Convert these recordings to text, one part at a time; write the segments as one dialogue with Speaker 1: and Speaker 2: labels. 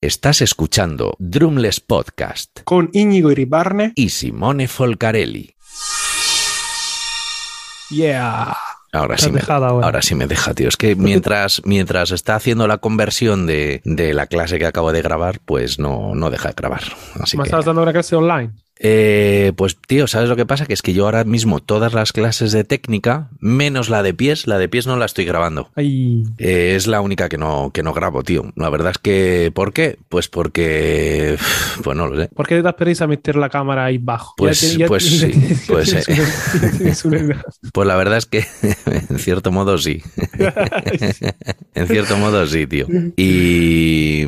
Speaker 1: Estás escuchando Drumless Podcast
Speaker 2: con Íñigo Iribarne.
Speaker 1: y Simone Folcarelli.
Speaker 2: Yeah.
Speaker 1: Ahora
Speaker 2: Te has
Speaker 1: sí, me,
Speaker 2: dejado ahora.
Speaker 1: ahora sí me deja, tío. Es que mientras, mientras está haciendo la conversión de, de la clase que acabo de grabar, pues no, no deja de grabar. Así
Speaker 2: Me
Speaker 1: que-
Speaker 2: estabas dando una clase online.
Speaker 1: Eh, pues tío, ¿sabes lo que pasa? Que es que yo ahora mismo todas las clases de técnica, menos la de pies, la de pies no la estoy grabando.
Speaker 2: Ay,
Speaker 1: Eh, es la única que no, que no grabo, tío. La verdad es que, ¿por qué? Pues porque, pues no lo sé.
Speaker 2: ¿por qué te das pereza meter la cámara ahí bajo?
Speaker 1: Pues-
Speaker 2: tienes-
Speaker 1: pues sí,
Speaker 2: tienes- ya
Speaker 1: pues,
Speaker 2: tienes
Speaker 1: eh.
Speaker 2: una- ya tienes una-
Speaker 1: Pues la verdad es que, en cierto modo, sí. En cierto modo, sí, tío. Y,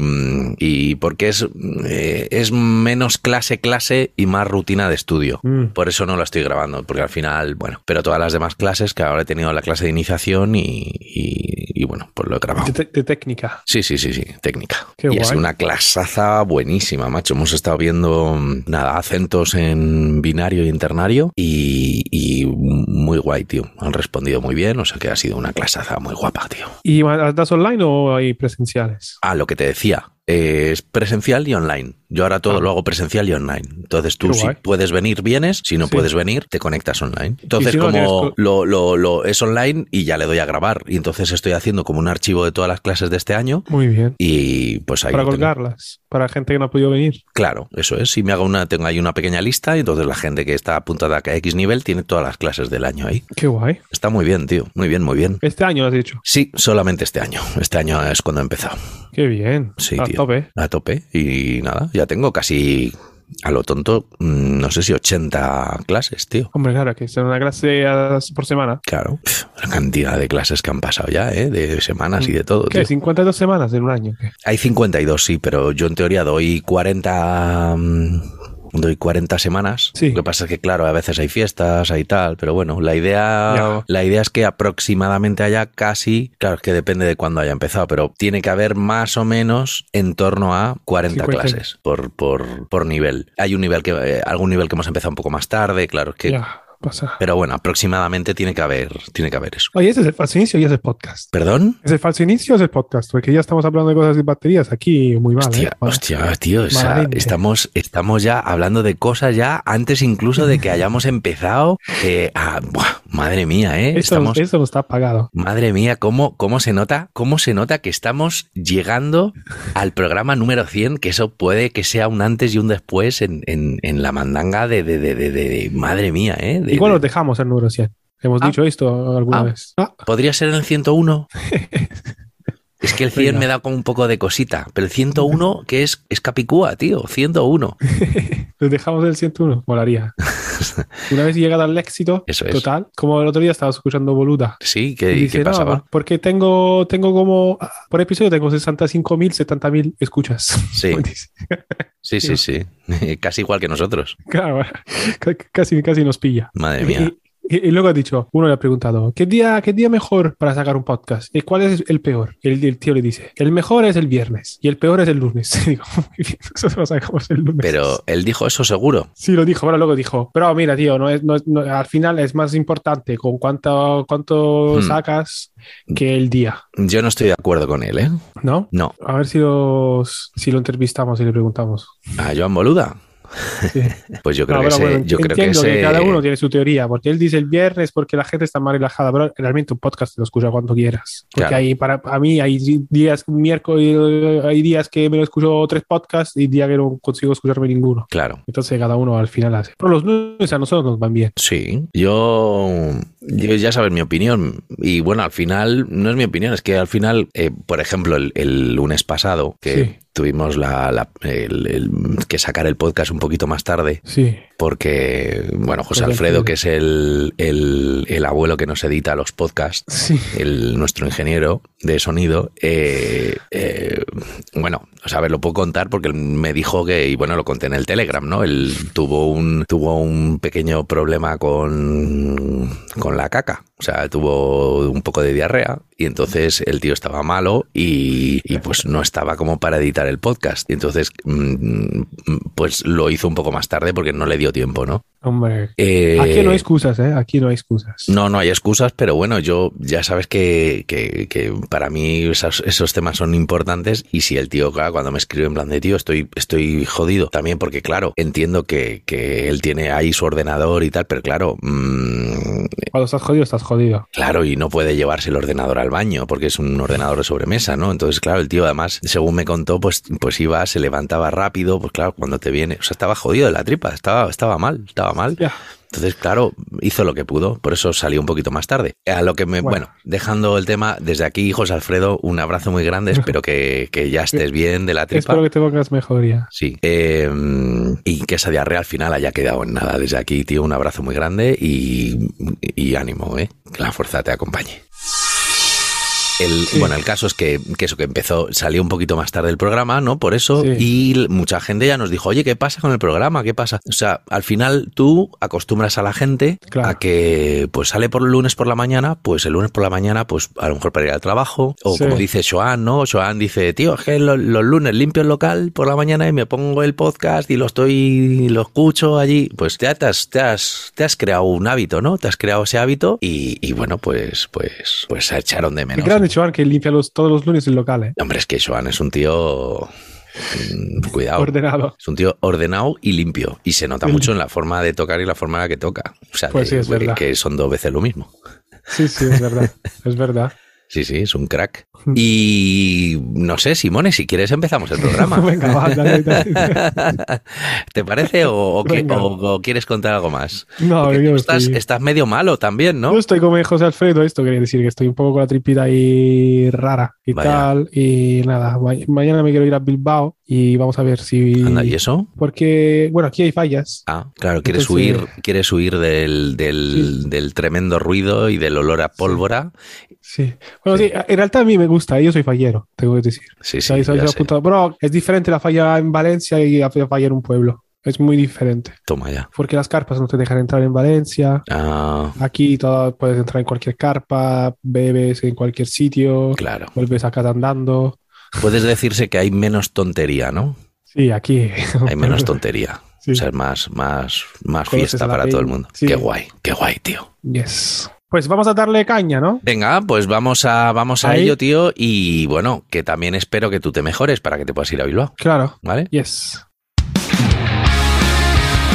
Speaker 1: y porque es, eh, es menos clase, clase y más rutina de estudio.
Speaker 2: Mm.
Speaker 1: Por eso no la estoy grabando, porque al final, bueno, pero todas las demás clases, que ahora he tenido la clase de iniciación y, y- y bueno, pues lo he grabado.
Speaker 2: De, te- de técnica.
Speaker 1: Sí, sí, sí, sí, técnica.
Speaker 2: Qué
Speaker 1: y ha sido
Speaker 2: guay.
Speaker 1: una clasaza buenísima, macho. Hemos estado viendo, mm, nada, acentos en binario y internario y, y muy guay, tío. Han respondido muy bien, o sea que ha sido una clasaza muy guapa, tío.
Speaker 2: ¿Y ma- das online o hay presenciales?
Speaker 1: Ah, lo que te decía, eh, es presencial y online. Yo ahora todo
Speaker 2: Ah.
Speaker 1: lo hago presencial y online. Entonces tú
Speaker 2: Qué
Speaker 1: si
Speaker 2: guay.
Speaker 1: puedes venir, vienes. Si no
Speaker 2: Sí.
Speaker 1: puedes venir, te conectas online. Entonces
Speaker 2: si no
Speaker 1: como
Speaker 2: tienes
Speaker 1: lo, lo- lo- es online y ya le doy a grabar. Y entonces estoy haciendo como un archivo de todas las clases de este año.
Speaker 2: Muy bien.
Speaker 1: Y pues ahí
Speaker 2: para
Speaker 1: lo tengo.
Speaker 2: colgarlas, para gente que no ha podido venir.
Speaker 1: Claro, eso es. Si me hago una, tengo ahí una pequeña lista y entonces la gente que está apuntada a X nivel tiene todas las clases del año ahí.
Speaker 2: Qué guay.
Speaker 1: Está muy bien, tío. Muy bien, muy bien.
Speaker 2: Este año lo has dicho.
Speaker 1: Sí, solamente este año. Este año es cuando he empezado.
Speaker 2: Qué bien.
Speaker 1: Sí,
Speaker 2: A
Speaker 1: tío.
Speaker 2: tope.
Speaker 1: a tope y nada, ya tengo casi a lo tonto, mm, no sé si 80 clases, tío.
Speaker 2: Hombre, claro, que es una clase a- por semana.
Speaker 1: Claro, pf, la cantidad de clases que han pasado ya, ¿eh? de semanas y de todo.
Speaker 2: ¿Qué?
Speaker 1: Pues tío.
Speaker 2: 52 semanas en un año. ¿Qué?
Speaker 1: Hay 52, sí, pero yo en teoría doy 40... mm, Doy 40 semanas.
Speaker 2: Sí.
Speaker 1: Lo que pasa es que, claro, a veces hay fiestas, hay tal, pero bueno, la idea,
Speaker 2: Ya.
Speaker 1: la idea es que aproximadamente haya casi, claro, es que depende de cuándo haya empezado, pero tiene que haber más o menos en torno a 40
Speaker 2: 50.
Speaker 1: clases por, por, por nivel. Hay un nivel que, eh, algún nivel que hemos empezado un poco más tarde, claro, es que,
Speaker 2: Ya, pasa.
Speaker 1: pero bueno, aproximadamente tiene que haber, tiene que haber eso.
Speaker 2: Oye, ese es el falso inicio y ese es el podcast.
Speaker 1: ¿Perdón?
Speaker 2: ¿Es el falso inicio o es el podcast? Porque ya estamos hablando de cosas de baterías aquí muy mal.
Speaker 1: Hostia,
Speaker 2: ¿eh? Vale.
Speaker 1: hostia, tío, o sea,
Speaker 2: Malamente.
Speaker 1: estamos, estamos ya hablando de cosas ya antes incluso de que hayamos empezado. eh, a- buah, madre mía, ¿eh?
Speaker 2: Esto,
Speaker 1: Estamos,
Speaker 2: esto no está pagado.
Speaker 1: madre mía, ¿cómo, cómo se nota, cómo se nota que estamos llegando al programa número 100, que eso puede que sea un antes y un después en, en- en la mandanga de, de, de, de- de- de- madre mía, ¿eh? De-
Speaker 2: Igual
Speaker 1: de-
Speaker 2: nos dejamos el número 100. Hemos
Speaker 1: Ah.
Speaker 2: dicho esto alguna
Speaker 1: Ah.
Speaker 2: vez. Ah,
Speaker 1: ¿Podría ser en el 101? Es que el 100
Speaker 2: Venga.
Speaker 1: me da como un poco de cosita, pero el 101 que es, es Capicúa, tío, 101.
Speaker 2: les dejamos el 101. Molaría. Una vez llegado al éxito
Speaker 1: Eso es.
Speaker 2: total, como el otro día estabas escuchando Boluda.
Speaker 1: Sí, ¿qué,
Speaker 2: y
Speaker 1: qué
Speaker 2: dice, no,
Speaker 1: pasaba?
Speaker 2: porque tengo, tengo como, ah, por episodio tengo 65.000, 70.000 escuchas.
Speaker 1: Sí.
Speaker 2: Dice,
Speaker 1: Sí, sí, sí. Casi igual que nosotros.
Speaker 2: claro, ca- casi, casi nos pilla.
Speaker 1: Madre
Speaker 2: Y, pues
Speaker 1: mía.
Speaker 2: y- y luego ha dicho, uno le ha preguntado, ¿qué día, ¿qué día mejor para sacar un podcast? ¿Y cuál es el peor? Y el, el tío le dice, el mejor es el viernes y el peor es el lunes. Y digo, muy bien, nosotros lo sacamos el lunes.
Speaker 1: Pero él dijo eso seguro.
Speaker 2: Sí, lo dijo, pero luego dijo, pero mira, tío, no es, no es- no- al final es más importante con cuánto, cuánto
Speaker 1: Hmm.
Speaker 2: sacas que el día,
Speaker 1: Yo no estoy de acuerdo con él, ¿eh?
Speaker 2: ¿no?
Speaker 1: No.
Speaker 2: A ver si, los, si lo entrevistamos y le preguntamos.
Speaker 1: ¿A Joan Boluda?
Speaker 2: Sí.
Speaker 1: Pues yo creo
Speaker 2: No,
Speaker 1: que
Speaker 2: pero
Speaker 1: ese-
Speaker 2: bueno,
Speaker 1: yo creo que
Speaker 2: entiendo que,
Speaker 1: ese-
Speaker 2: cada uno tiene su teoría, porque él dice el viernes porque la gente está más relajada, pero realmente un podcast te lo escucha cuando quieras. Porque
Speaker 1: Claro.
Speaker 2: hay, para a mí hay días, miércoles, hay días que me lo escucho tres podcasts y días que no consigo escucharme ninguno.
Speaker 1: Claro.
Speaker 2: Entonces cada uno al final hace. Pero los lunes a nosotros nos van bien.
Speaker 1: Sí, yo, yo ya sabes mi opinión y bueno, al final no es mi opinión, es que al final, eh, por ejemplo, el, el lunes pasado que
Speaker 2: Sí.
Speaker 1: tuvimos la, la- el- el- que sacar el podcast un poquito más tarde,
Speaker 2: Sí,
Speaker 1: porque, bueno, José
Speaker 2: Pues
Speaker 1: Alfredo,
Speaker 2: entiendo.
Speaker 1: que es el, el- el abuelo que nos edita los podcasts,
Speaker 2: sí.
Speaker 1: el, nuestro ingeniero de sonido, eh, eh, bueno, o sea, a ver, lo puedo contar porque él me dijo que, y bueno, lo conté en el Telegram, ¿no? Él tuvo un, tuvo un pequeño problema con, con la caca, o sea, tuvo un poco de diarrea Y entonces el tío estaba malo y, y pues no estaba como para editar el podcast. Y entonces, mm, pues lo hizo un poco más tarde porque no le dio tiempo, ¿no?
Speaker 2: Hombre.
Speaker 1: Eh,
Speaker 2: Aquí no hay excusas, ¿eh? Aquí no hay excusas.
Speaker 1: no, no hay excusas, pero bueno, yo ya sabes que, que- que para mí esos, esos temas son importantes y si el tío, claro, cuando me escribe en plan de tío, estoy, estoy jodido también porque, claro, entiendo que, que él tiene ahí su ordenador y tal, pero claro, mm,
Speaker 2: Cuando estás jodido, estás jodido.
Speaker 1: Claro, y no puede llevarse el ordenador al baño porque es un ordenador de sobremesa, ¿no? Entonces, claro, el tío además, según me contó, pues, pues iba, se levantaba rápido, pues claro, cuando te viene, o sea, estaba jodido de la tripa, estaba, estaba mal, estaba mal.
Speaker 2: Ya.
Speaker 1: Entonces, claro, hizo lo que pudo, por eso salió un poquito más tarde. A lo que me, bueno,
Speaker 2: Bueno.
Speaker 1: dejando el tema, desde aquí, José Alfredo, un abrazo muy grande, espero que, que ya estés bien de la tripa.
Speaker 2: Espero que te pongas mejoría.
Speaker 1: Sí. Eh, y que esa diarrea al final haya quedado en nada. Desde aquí, tío, un abrazo muy grande y, y ánimo, ¿eh? Que la fuerza te acompañe. El,
Speaker 2: Sí.
Speaker 1: Bueno, el caso es que, que eso que empezó, salió un poquito más tarde el programa, ¿no? Por eso,
Speaker 2: Sí.
Speaker 1: y l- mucha gente ya nos dijo, oye, ¿qué pasa con el programa? ¿Qué pasa? O sea, al final tú acostumbras a la gente
Speaker 2: Claro.
Speaker 1: a que pues sale por el lunes por la mañana, pues el lunes por la mañana, pues a lo mejor para ir al trabajo, o
Speaker 2: Sí.
Speaker 1: como dice Joan, ¿no? Joan dice, tío, es que lo- los, lunes limpio el local por la mañana y me pongo el podcast y lo estoy, lo escucho allí. Pues ya te has, te has, te has creado un hábito, ¿no? Te has creado ese hábito y, y bueno, pues, pues, pues se echaron de
Speaker 2: Qué
Speaker 1: menos.
Speaker 2: grande, Joan, que limpia los, todos los lunes el local, ¿eh?
Speaker 1: Hombre, es que Joan es un tío... mm, Cuidado.
Speaker 2: Ordenado.
Speaker 1: Es un tío ordenado y limpio. Y se nota
Speaker 2: Sí.
Speaker 1: mucho en la forma de tocar y la forma en la que toca. O sea,
Speaker 2: Pues
Speaker 1: que-
Speaker 2: sí, es verdad.
Speaker 1: que son dos veces lo mismo.
Speaker 2: Sí, sí, es verdad. es verdad.
Speaker 1: Sí, sí, es un crack. Y no sé, Simone, si quieres empezamos el programa.
Speaker 2: Venga, va, dale, dale.
Speaker 1: ¿Te parece? ¿O, o qui-
Speaker 2: Venga.
Speaker 1: o- o quieres contar algo más?
Speaker 2: No,
Speaker 1: Porque
Speaker 2: yo
Speaker 1: tú estás,
Speaker 2: estoy,
Speaker 1: estás medio malo también, ¿no?
Speaker 2: yo estoy como José Alfredo, esto quería decir que estoy un poco con la tripita ahí rara y
Speaker 1: Vaya.
Speaker 2: tal. Y nada, ma- mañana me quiero ir a Bilbao y vamos a ver si...
Speaker 1: Anda, ¿y eso?
Speaker 2: Porque, bueno, aquí hay fallas.
Speaker 1: Ah, claro, quieres
Speaker 2: Entonces,
Speaker 1: huir, quieres huir del, del, del tremendo ruido y del olor a pólvora.
Speaker 2: Sí. Bueno, sí, en realidad a mí me gusta, yo soy fallero, tengo que decir.
Speaker 1: Sí, sí,
Speaker 2: Soy- soy-
Speaker 1: ya
Speaker 2: soy
Speaker 1: sé.
Speaker 2: apuntado. Pero es diferente la falla en Valencia y la falla en un pueblo. Es muy diferente.
Speaker 1: Toma ya.
Speaker 2: Porque las carpas no te dejan entrar en Valencia.
Speaker 1: Ah,
Speaker 2: Aquí todo, puedes entrar en cualquier carpa, bebes en cualquier sitio,
Speaker 1: claro.
Speaker 2: vuelves a casa andando.
Speaker 1: Puedes decirse que hay menos tontería, ¿no?
Speaker 2: Sí, aquí.
Speaker 1: Hay menos tontería.
Speaker 2: Sí.
Speaker 1: O sea, es más, más, más
Speaker 2: Conoces
Speaker 1: fiesta
Speaker 2: a la
Speaker 1: para todo el
Speaker 2: peña.
Speaker 1: mundo.
Speaker 2: Sí.
Speaker 1: Qué guay, qué guay, tío.
Speaker 2: Yes. Pues vamos a darle caña, ¿no?
Speaker 1: Venga, pues vamos a, vamos a
Speaker 2: Ahí.
Speaker 1: ello, tío. Y bueno, que también espero que tú te mejores para que te puedas ir a Bilbao,
Speaker 2: Claro.
Speaker 1: ¿vale?
Speaker 2: Yes.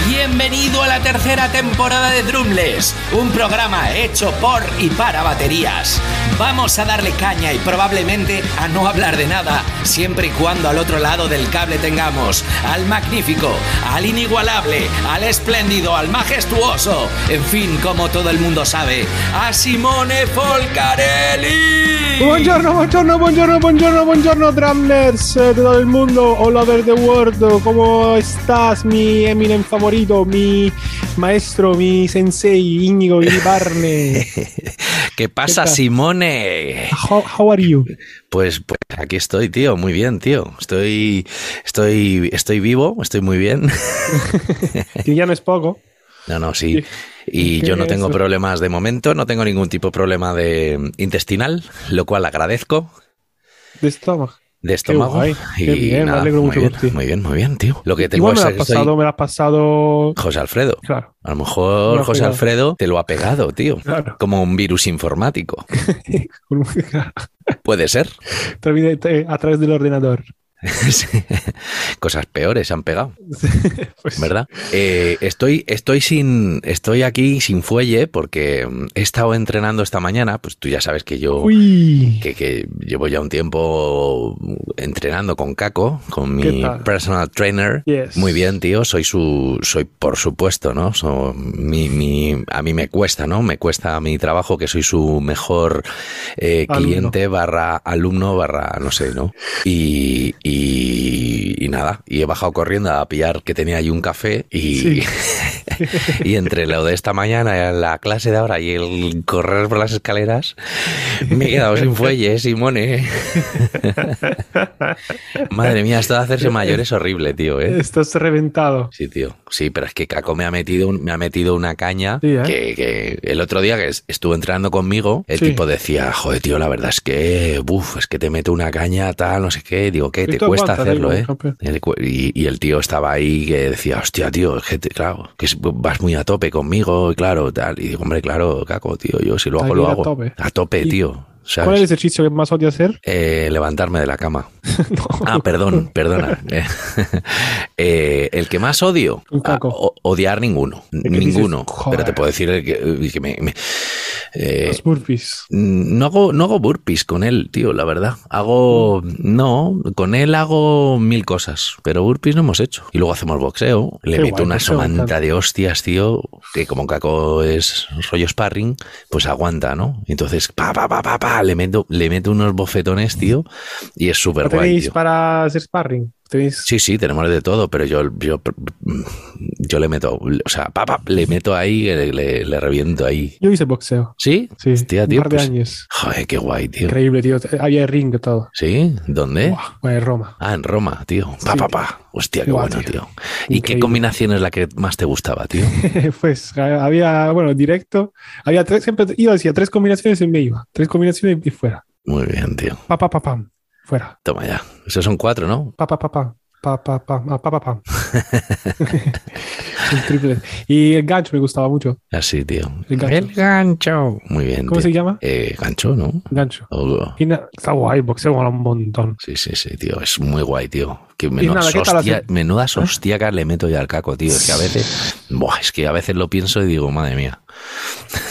Speaker 3: Bienvenido a la tercera temporada de Drumless, un programa hecho por y para baterías. Vamos a darle caña y probablemente a no hablar de nada, siempre y cuando al otro lado del cable tengamos al magnífico, al inigualable, al espléndido, al majestuoso, en fin, como todo el mundo sabe, a Simone Folcarelli.
Speaker 2: Buongiorno, buongiorno, buongiorno, buongiorno, buongiorno, drummers eh, de todo el mundo, all over the world. ¿Cómo estás, mi Eminem favorito, mi maestro, mi sensei, Íñigo Iribarne?
Speaker 1: ¿Qué pasa,
Speaker 2: ¿Qué tal?
Speaker 1: Simone?
Speaker 2: How, how are you?
Speaker 1: Pues, pues aquí estoy, tío. Muy bien, tío. Estoy, estoy, estoy vivo, estoy muy bien.
Speaker 2: Que ya no es poco.
Speaker 1: No, no, sí.
Speaker 2: Sí.
Speaker 1: Y
Speaker 2: ¿Qué
Speaker 1: yo no
Speaker 2: es
Speaker 1: tengo
Speaker 2: eso?
Speaker 1: problemas de momento, no tengo ningún tipo de problema de intestinal, lo cual agradezco.
Speaker 2: De estómago.
Speaker 1: De estómago.
Speaker 2: guay, qué
Speaker 1: Y
Speaker 2: bien, me
Speaker 1: nada,
Speaker 2: alegro
Speaker 1: muy
Speaker 2: mucho
Speaker 1: bien,
Speaker 2: por ti.
Speaker 1: Muy bien, muy bien, tío. Lo que tengo
Speaker 2: Igual me
Speaker 1: es
Speaker 2: lo has
Speaker 1: que soy
Speaker 2: pasado, me lo has pasado.
Speaker 1: José Alfredo.
Speaker 2: Claro,
Speaker 1: A lo mejor
Speaker 2: No,
Speaker 1: José
Speaker 2: cuidado.
Speaker 1: Alfredo te lo ha pegado, tío.
Speaker 2: claro.
Speaker 1: Como un virus informático. Puede ser.
Speaker 2: Terminé eh, a través del ordenador.
Speaker 1: Sí. Cosas peores han pegado,
Speaker 2: Pues,
Speaker 1: ¿verdad? Eh, estoy, estoy sin. Estoy aquí sin fuelle porque mm, he estado entrenando esta mañana. Pues tú ya sabes que yo.
Speaker 2: Uy.
Speaker 1: Que, que llevo ya un tiempo entrenando con Caco, con
Speaker 2: ¿Qué
Speaker 1: mi
Speaker 2: tal?
Speaker 1: personal trainer.
Speaker 2: Yes.
Speaker 1: Muy bien, tío. Soy su, soy por supuesto, ¿no? So- mi, mi- a mí me cuesta, ¿no? Me cuesta mi trabajo que soy su mejor eh,
Speaker 2: Alumno.
Speaker 1: cliente barra alumno barra no sé, ¿no? Y, y, y nada. Y he bajado corriendo a pillar que tenía ahí un café y
Speaker 2: Sí.
Speaker 1: Y entre lo de esta mañana, la clase de ahora y el correr por las escaleras, me he quedado sin fuelle, Simone. Madre mía, esto de hacerse mayor es horrible, tío. ¿eh?
Speaker 2: Estás reventado.
Speaker 1: Sí, tío. Sí, pero es que Caco me ha metido, un- me ha metido una caña
Speaker 2: Sí, ¿eh?
Speaker 1: que, que el otro día que es- estuvo entrenando conmigo, el
Speaker 2: Sí.
Speaker 1: tipo decía, joder, tío, la verdad es que, buf, es que te meto una caña, tal, no sé qué. Digo, ¿qué? Te
Speaker 2: Esto
Speaker 1: cuesta
Speaker 2: aguanta,
Speaker 1: hacerlo,
Speaker 2: digo,
Speaker 1: ¿eh?
Speaker 2: campeón.
Speaker 1: El cu- Y, y el tío estaba ahí que decía, hostia, tío, es que, te- claro, que es- vas muy a tope conmigo, y claro, tal. Y digo, hombre, claro, Caco, tío, yo si lo
Speaker 2: Hay
Speaker 1: hago,
Speaker 2: que
Speaker 1: lo
Speaker 2: ir a
Speaker 1: hago.
Speaker 2: tope.
Speaker 1: A tope,
Speaker 2: ¿Y
Speaker 1: tío. ¿sabes?
Speaker 2: ¿Cuál es el ejercicio que más odio hacer?
Speaker 1: Eh, levantarme de la cama.
Speaker 2: No.
Speaker 1: Ah, perdón, perdona. Eh, eh, el que más odio,
Speaker 2: Un caco.
Speaker 1: Ah, o- odiar ninguno,
Speaker 2: que
Speaker 1: ninguno.
Speaker 2: dices, "Joder".
Speaker 1: pero te puedo decir el que, el que me- me- eh,
Speaker 2: Los burpees.
Speaker 1: no hago, no hago burpees con él, tío, la verdad. Hago, no, con él hago mil cosas, pero burpees no hemos hecho. Y luego hacemos boxeo, le meto
Speaker 2: Qué guay, pues
Speaker 1: una
Speaker 2: boxeo,
Speaker 1: somanta
Speaker 2: claro.
Speaker 1: de hostias, tío, que como Caco es rollo sparring, pues aguanta, ¿no? Entonces, pa, pa, pa, pa, pa, le meto, le meto unos bofetones, tío, y es súper
Speaker 2: ¿Lo
Speaker 1: guay,
Speaker 2: tenéis
Speaker 1: tío.
Speaker 2: para hacer sparring? ¿Tenéis...
Speaker 1: Sí, sí, tenemos de todo, pero yo, yo, yo le meto, o sea, pa, pa, le meto ahí, le, le- le reviento ahí.
Speaker 2: Yo hice boxeo.
Speaker 1: ¿Sí?
Speaker 2: Sí,
Speaker 1: Hostia,
Speaker 2: un
Speaker 1: tío,
Speaker 2: par de
Speaker 1: pues-
Speaker 2: años.
Speaker 1: Joder, qué guay, tío. ¿Eh?
Speaker 2: Increíble, tío. Había ring y todo.
Speaker 1: ¿Sí? ¿Dónde?
Speaker 2: Buah, bueno, en Roma.
Speaker 1: Ah, en Roma, tío. Pa,
Speaker 2: Sí,
Speaker 1: pa,
Speaker 2: tío.
Speaker 1: pa. Hostia, qué
Speaker 2: Guau,
Speaker 1: bueno,
Speaker 2: tío.
Speaker 1: tío. ¿Y qué
Speaker 2: Increíble.
Speaker 1: combinación es la que más te gustaba, tío?
Speaker 2: pues había, bueno, directo. Había tres, siempre iba, decía tres combinaciones y me iba. Tres combinaciones y fuera.
Speaker 1: Muy bien, tío.
Speaker 2: Pa, pa, pa, pam. Fuera.
Speaker 1: Toma ya. Esos son cuatro, ¿no?
Speaker 2: Pa, pa, pa, pam. Pa, pa, pam. Ah, pa, pa, pam. Un triple. Y el gancho me gustaba mucho.
Speaker 1: Así, tío.
Speaker 2: El gancho.
Speaker 1: gancho. Muy bien,
Speaker 2: ¿Cómo
Speaker 1: tío.
Speaker 2: se llama?
Speaker 1: Eh, gancho, ¿no?
Speaker 2: Gancho.
Speaker 1: O-
Speaker 2: Y na- está guay, boxeo mola un montón.
Speaker 1: Sí, sí, sí, tío. Es muy guay, tío. Que menudas
Speaker 2: nada, ¿qué tal
Speaker 1: hostia-
Speaker 2: hace-
Speaker 1: menudas hostiacas le meto yo al caco, tío. Es que a veces, buah, es que a veces lo pienso y digo, madre mía.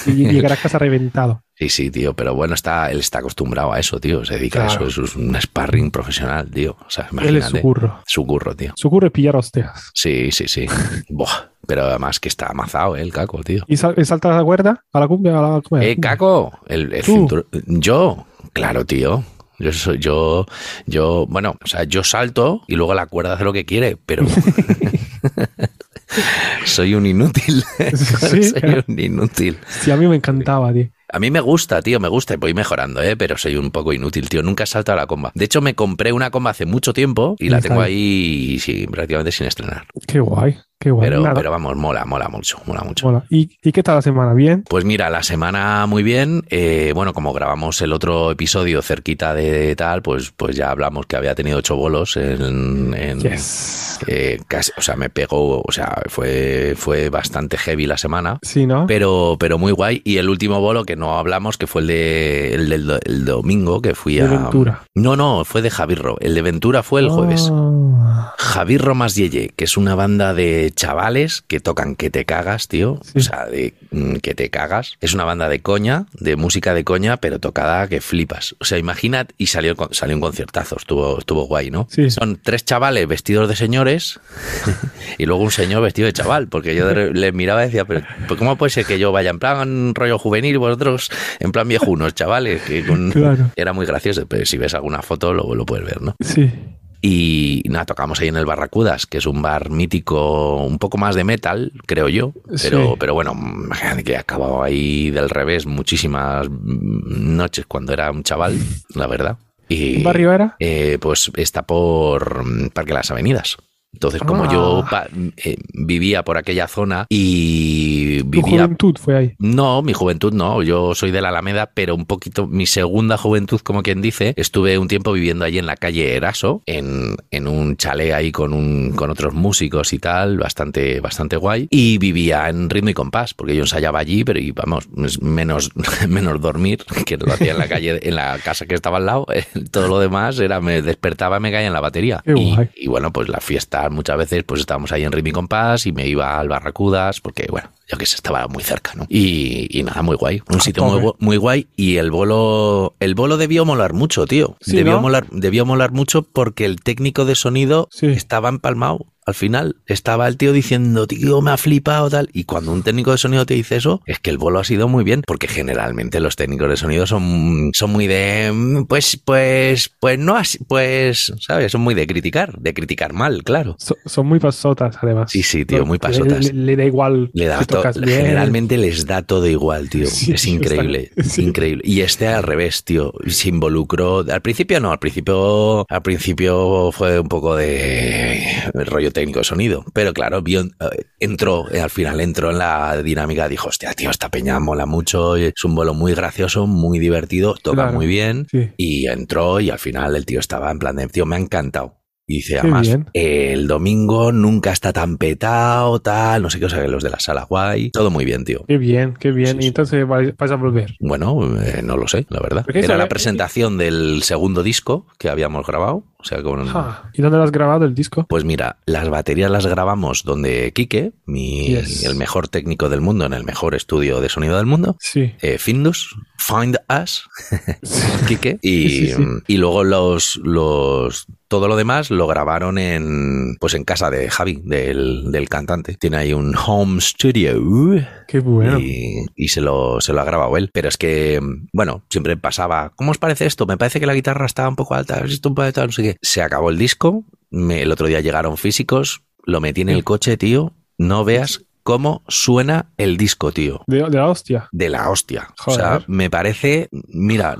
Speaker 2: Y llegará a casa reventado.
Speaker 1: Sí, sí, tío, pero bueno, está, él está acostumbrado a eso, tío. Se dedica
Speaker 2: Claro.
Speaker 1: a eso, es un sparring profesional, tío. O sea,
Speaker 2: Él es su
Speaker 1: imagínate.
Speaker 2: curro.
Speaker 1: Su curro, tío.
Speaker 2: Su curro es pillar hostias.
Speaker 1: Sí, sí, sí. Buah, pero además que está amazado, eh, el caco, tío.
Speaker 2: ¿Y sal- salta a la cuerda? ¿A la cumbia? ¿A la cumbia?
Speaker 1: Eh, caco, el, el
Speaker 2: Tú.
Speaker 1: cinturón- Yo, claro, tío. Yo, soy- yo, yo, bueno, o sea, yo salto y luego la cuerda hace lo que quiere, pero soy un inútil.
Speaker 2: Sí.
Speaker 1: soy un inútil.
Speaker 2: Sí, a mí me encantaba, tío.
Speaker 1: A mí me gusta, tío, me gusta y voy mejorando, ¿eh? pero soy un poco inútil, tío. Nunca he saltado a la comba. De hecho, me compré una comba hace mucho tiempo y la
Speaker 2: Está
Speaker 1: tengo
Speaker 2: bien.
Speaker 1: ahí sí, prácticamente sin estrenar.
Speaker 2: Qué guay, qué guay.
Speaker 1: Pero,
Speaker 2: Nada,
Speaker 1: pero vamos, mola, mola mucho, mola mucho.
Speaker 2: mola. ¿Y, y qué tal la semana? ¿Bien?
Speaker 1: Pues mira, la semana muy bien. eh, bueno, como grabamos el otro episodio cerquita de tal, pues, pues ya hablamos que había tenido ocho bolos en, en-
Speaker 2: Yes.
Speaker 1: eh, casi, o sea, me pegó, o sea, fue, fue bastante heavy la semana.
Speaker 2: Sí, ¿no?
Speaker 1: Pero, pero muy guay. Y el último bolo que no hablamos, que fue el de el del do- el domingo, que fui
Speaker 2: De
Speaker 1: a.
Speaker 2: Ventura.
Speaker 1: No, no, fue de Javirro. El de Ventura fue el jueves.
Speaker 2: Ah,
Speaker 1: Javirro más Yeye, que es una banda de chavales que tocan que te cagas, tío.
Speaker 2: Sí.
Speaker 1: O sea, de mm, que te cagas. Es una banda de coña, de música de coña, pero tocada que flipas. O sea, imagínate, y salió, con- salió un conciertazo, estuvo, estuvo guay, ¿no?
Speaker 2: Sí.
Speaker 1: Son tres chavales vestidos de señores y luego un señor vestido de chaval, porque yo de re- le miraba y decía, pero pero ¿cómo puede ser que yo vaya en plan rollo juvenil y vosotros en plan viejunos, chavales? Que con-
Speaker 2: Claro.
Speaker 1: Era muy gracioso, pero si ves alguna foto lo, lo puedes ver, ¿no?
Speaker 2: Sí.
Speaker 1: Y nada, tocamos ahí en el Barracudas, que es un bar mítico, un poco más de metal, creo yo. Pero,
Speaker 2: Sí.
Speaker 1: pero bueno, imagínate que he acabado ahí del revés muchísimas mm, noches cuando era un chaval, la verdad. Y,
Speaker 2: ¿Un barrio era?
Speaker 1: eh, pues está por mm, Parque Las Avenidas. Entonces, como
Speaker 2: Ah.
Speaker 1: yo pa- eh, vivía por aquella zona y
Speaker 2: Tu
Speaker 1: vivía
Speaker 2: juventud fue ahí.
Speaker 1: no, mi juventud no. Yo soy de la Alameda, pero un poquito, mi segunda juventud, como quien dice, estuve un tiempo viviendo allí en la calle Eraso, en, en un chalet ahí con, un, con otros músicos y tal, bastante, bastante guay. Y vivía en ritmo y compás, porque yo ensayaba allí, pero y vamos, es menos, menos dormir, que lo hacía en la calle, en la casa que estaba al lado. Todo lo demás era, me despertaba, me caía en la batería.
Speaker 2: Qué
Speaker 1: Y-
Speaker 2: guay.
Speaker 1: y bueno, pues las fiestas muchas veces pues estábamos ahí en Ritmo y Compás y me iba al Barracudas porque, bueno, yo que sé, estaba muy cerca, ¿no? Y, y nada, muy guay.
Speaker 2: Ah,
Speaker 1: Un sitio muy,
Speaker 2: tope.
Speaker 1: gu- muy guay y el bolo, el bolo debió molar mucho, tío.
Speaker 2: Sí,
Speaker 1: debió,
Speaker 2: ¿no?
Speaker 1: molar, debió molar mucho porque el técnico de sonido
Speaker 2: Sí.
Speaker 1: estaba empalmado Al final estaba el tío diciendo, tío, me ha flipado tal. Y cuando un técnico de sonido te dice eso, es que el bolo ha sido muy bien, porque generalmente los técnicos de sonido son, son muy de, mm, pues, pues, pues no así, pues, ¿sabes? Son muy de criticar, de criticar mal, claro.
Speaker 2: So- son muy pasotas, además.
Speaker 1: Sí, sí, tío, muy pasotas.
Speaker 2: Le, le da igual.
Speaker 1: Le da
Speaker 2: si
Speaker 1: to-
Speaker 2: tocas bien.
Speaker 1: generalmente les da todo igual, tío.
Speaker 2: Sí,
Speaker 1: es increíble,
Speaker 2: está- sí.
Speaker 1: increíble. Y este al revés, tío. Se involucró. Al principio no, al principio, al principio fue un poco de rollo técnico de sonido. Pero claro, vio, eh, entró, eh, al final entró en la dinámica, dijo, hostia, tío, esta peña mola mucho, es un vuelo muy gracioso, muy divertido, toca
Speaker 2: Claro.
Speaker 1: muy bien.
Speaker 2: Sí.
Speaker 1: Y entró y al final el tío estaba en plan de, tío, me ha encantado. Y dice,
Speaker 2: Qué
Speaker 1: además,
Speaker 2: bien.
Speaker 1: el domingo nunca está tan petado, tal, no sé qué, o sea, que los de la sala guay. Todo muy bien, tío.
Speaker 2: Qué bien, qué bien.
Speaker 1: Sí, sí.
Speaker 2: Y entonces va- vas a volver.
Speaker 1: Bueno, eh, no lo sé, la verdad.
Speaker 2: Porque eso
Speaker 1: Era la
Speaker 2: era-
Speaker 1: presentación del segundo disco que habíamos grabado. O sea, con...
Speaker 2: Ah, ¿Y dónde lo has grabado el disco?
Speaker 1: Pues mira, las baterías las grabamos donde Quique, mi,
Speaker 2: Yes.
Speaker 1: el mejor técnico del mundo, en el mejor estudio de sonido del mundo,
Speaker 2: Sí.
Speaker 1: eh, Findus, Find Us, Quique. Y,
Speaker 2: Sí, sí, sí.
Speaker 1: y luego los, los todo lo demás lo grabaron en pues en casa de Javi, del, del cantante. Tiene ahí un home studio
Speaker 2: Qué bueno.
Speaker 1: y, y se, lo, se lo ha grabado él. Pero es que, bueno, siempre pasaba, ¿cómo os parece esto? Me parece que la guitarra está un poco alta, esto un poco alta, no sé qué. Se acabó el disco, me- el otro día llegaron físicos, lo metí en el coche, tío, no veas cómo suena el disco, tío
Speaker 2: De, de la hostia.
Speaker 1: de la hostia.
Speaker 2: Joder.
Speaker 1: O sea, me parece, mira,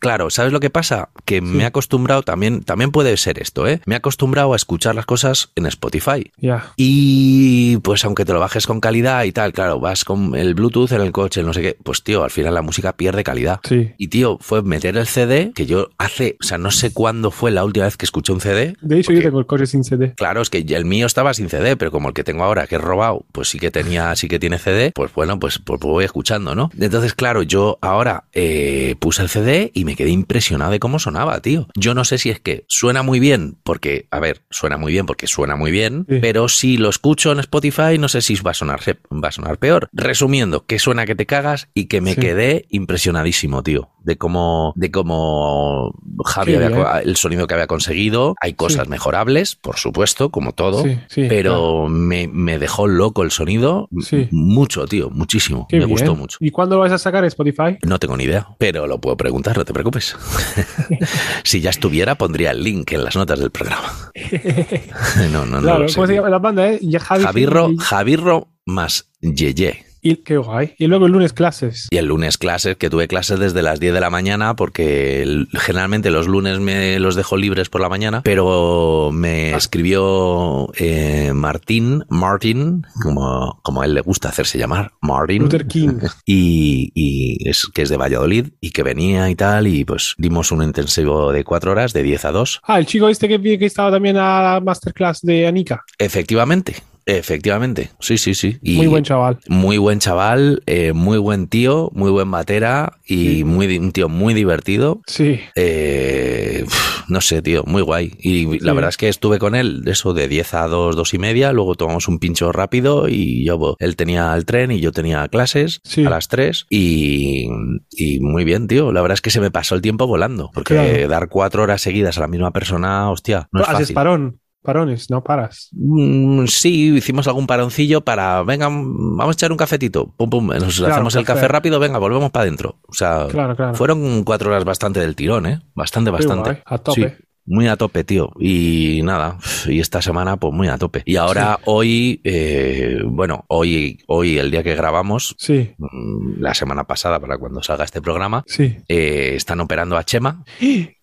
Speaker 1: claro, ¿sabes lo que pasa? Que me he acostumbrado también, también puede ser esto, ¿eh? Me he acostumbrado a escuchar las cosas en Spotify.
Speaker 2: Ya.
Speaker 1: Y pues aunque te lo bajes con calidad y tal, claro, vas con el Bluetooth en el coche, no sé qué, pues tío, al final la música pierde calidad.
Speaker 2: Sí.
Speaker 1: Y tío, fue meter el CD, que yo hace, o sea, no sé cuándo fue la última vez que escuché un CD.
Speaker 2: De hecho,
Speaker 1: porque-
Speaker 2: yo tengo el coche sin CD.
Speaker 1: Claro, es que el mío estaba sin CD, pero como el que tengo ahora, que he robado, pues sí que tenía, sí que tiene CD, pues bueno, pues, pues voy escuchando, ¿no? Entonces, claro, yo ahora eh, puse el CD y me quedé impresionado de cómo sonaba, tío. Yo no sé si es que suena muy bien, porque, a ver, suena muy bien porque suena muy bien,
Speaker 2: Sí.
Speaker 1: pero si lo escucho en Spotify, no sé si va a sonar, va a sonar peor. Resumiendo, que suena que te cagas y que me
Speaker 2: Sí.
Speaker 1: quedé impresionadísimo, tío, de cómo, de cómo Javi
Speaker 2: Qué
Speaker 1: había
Speaker 2: bien.
Speaker 1: co- el sonido que había conseguido. Hay cosas
Speaker 2: Sí.
Speaker 1: mejorables, por supuesto, como todo,
Speaker 2: Sí, sí,
Speaker 1: pero me, me dejó loco el sonido
Speaker 2: Sí.
Speaker 1: mucho, tío, muchísimo.
Speaker 2: Qué
Speaker 1: me
Speaker 2: bien.
Speaker 1: gustó mucho.
Speaker 2: ¿Y cuándo lo vas a sacar a Spotify?
Speaker 1: No tengo ni idea, pero lo puedo preguntar, no te preocupes. si ya estuviera, pondría el link en las notas del programa. no, no, no.
Speaker 2: claro,
Speaker 1: lo sé,
Speaker 2: ¿cómo se
Speaker 1: tío.
Speaker 2: llama la banda, eh? Ya Javi-
Speaker 1: Javirro,
Speaker 2: y-
Speaker 1: Javirro más Yeye.
Speaker 2: y- qué guay. Y luego el lunes clases.
Speaker 1: Y el lunes clases, que tuve clases desde las 10 de la mañana, porque el- generalmente los lunes me los dejo libres por la mañana, pero me escribió eh, Martín, Martín, como, como a él le gusta hacerse llamar, Martín,
Speaker 2: Luther King.
Speaker 1: y, y es que es de Valladolid y que venía y tal, y pues dimos un intensivo de cuatro horas, de 10 a 2.
Speaker 2: Ah, el chico este que vi que estaba también a la masterclass de Anika.
Speaker 1: Efectivamente, efectivamente, sí, sí, sí. Y-
Speaker 2: Muy buen chaval.
Speaker 1: Muy buen chaval, eh, muy buen tío, muy buen batera y
Speaker 2: Sí.
Speaker 1: muy, di- un tío muy divertido.
Speaker 2: Sí.
Speaker 1: Eh, pf, no sé, tío, muy guay. Y la
Speaker 2: Sí.
Speaker 1: verdad es que estuve con él de eso de 10 a 2, 2 y media. Luego tomamos un pincho rápido y yo, bo- él tenía el tren y yo tenía clases
Speaker 2: Sí.
Speaker 1: a las 3. Y, y muy bien, tío. La verdad es que se me pasó el tiempo volando. Porque
Speaker 2: Claro.
Speaker 1: dar cuatro horas seguidas a la misma persona, hostia, no es
Speaker 2: Haces
Speaker 1: fácil.
Speaker 2: parón. Parones, no paras.
Speaker 1: Mm, Sí, hicimos algún paroncillo para, venga, mm, vamos a echar un cafetito. Pum, pum, nos
Speaker 2: Claro,
Speaker 1: hacemos el
Speaker 2: café.
Speaker 1: café rápido, venga, volvemos para adentro. O sea,
Speaker 2: Claro, claro.
Speaker 1: fueron cuatro horas bastante del tirón, ¿eh? Bastante,
Speaker 2: Qué
Speaker 1: bastante.
Speaker 2: guay, a tope.
Speaker 1: Sí, muy a tope, tío. Y nada, y esta semana, pues muy a tope. Y ahora, hoy, eh, bueno, hoy, hoy, el día que grabamos,
Speaker 2: Sí.
Speaker 1: mm, la semana pasada, para cuando salga este programa,
Speaker 2: Sí.
Speaker 1: eh, están operando a Chema,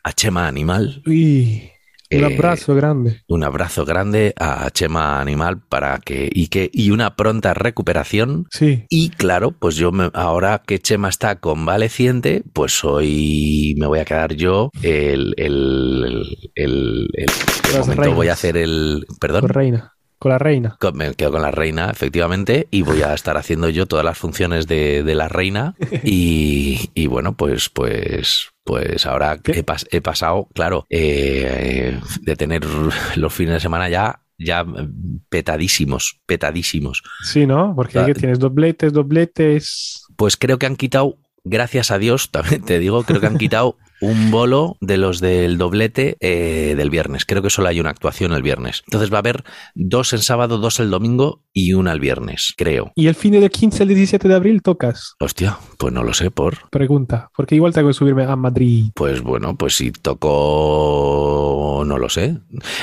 Speaker 1: a Chema Animal.
Speaker 2: Uy, un
Speaker 1: Eh,
Speaker 2: abrazo grande.
Speaker 1: Un abrazo grande a Chema Animal para que y que y una pronta recuperación.
Speaker 2: Sí.
Speaker 1: Y claro, pues yo me- ahora que Chema está convaleciente, pues hoy me voy a quedar yo el, el, el, el- el- de
Speaker 2: Las
Speaker 1: momento
Speaker 2: reinas.
Speaker 1: voy a hacer el perdón.
Speaker 2: Con reina. Con la reina.
Speaker 1: Con- Me quedo con la reina, efectivamente, y voy a estar haciendo yo todas las funciones de, de la reina. Y, y bueno, pues, pues, pues ahora
Speaker 2: ¿Qué?
Speaker 1: he, pas- he pasado, claro, eh, de tener los fines de semana ya, ya petadísimos, petadísimos.
Speaker 2: Sí, ¿no? Porque
Speaker 1: La-
Speaker 2: ahí que tienes dobletes, dobletes.
Speaker 1: Pues creo que han quitado, gracias a Dios, también te digo, creo que han quitado un bolo de los del doblete eh, del viernes. Creo que solo hay una actuación el viernes. Entonces va a haber dos el sábado, dos el domingo y una el viernes, creo.
Speaker 2: ¿Y el fin del 15 al 17 de abril tocas?
Speaker 1: Hostia, pues no lo sé, por.
Speaker 2: Pregunta, porque igual tengo que subirme a Madrid.
Speaker 1: Pues bueno, pues si toco, no lo sé.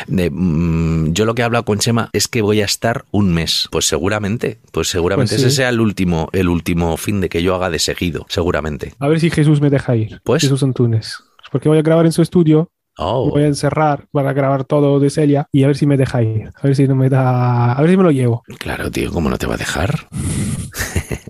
Speaker 1: De- mm, yo lo que he hablado con Chema es que voy a estar un mes. Pues seguramente, pues seguramente
Speaker 2: Pues sí.
Speaker 1: ese sea el último, el último fin de que yo haga de seguido, seguramente.
Speaker 2: A ver si Jesús me deja ir.
Speaker 1: Pues.
Speaker 2: Jesús Antunes. Porque voy a grabar en su estudio,
Speaker 1: Oh,
Speaker 2: voy a encerrar para grabar todo de Celia y a ver si me deja ir. A ver si no me da. A ver si me lo llevo.
Speaker 1: claro, tío, ¿cómo no te va a dejar?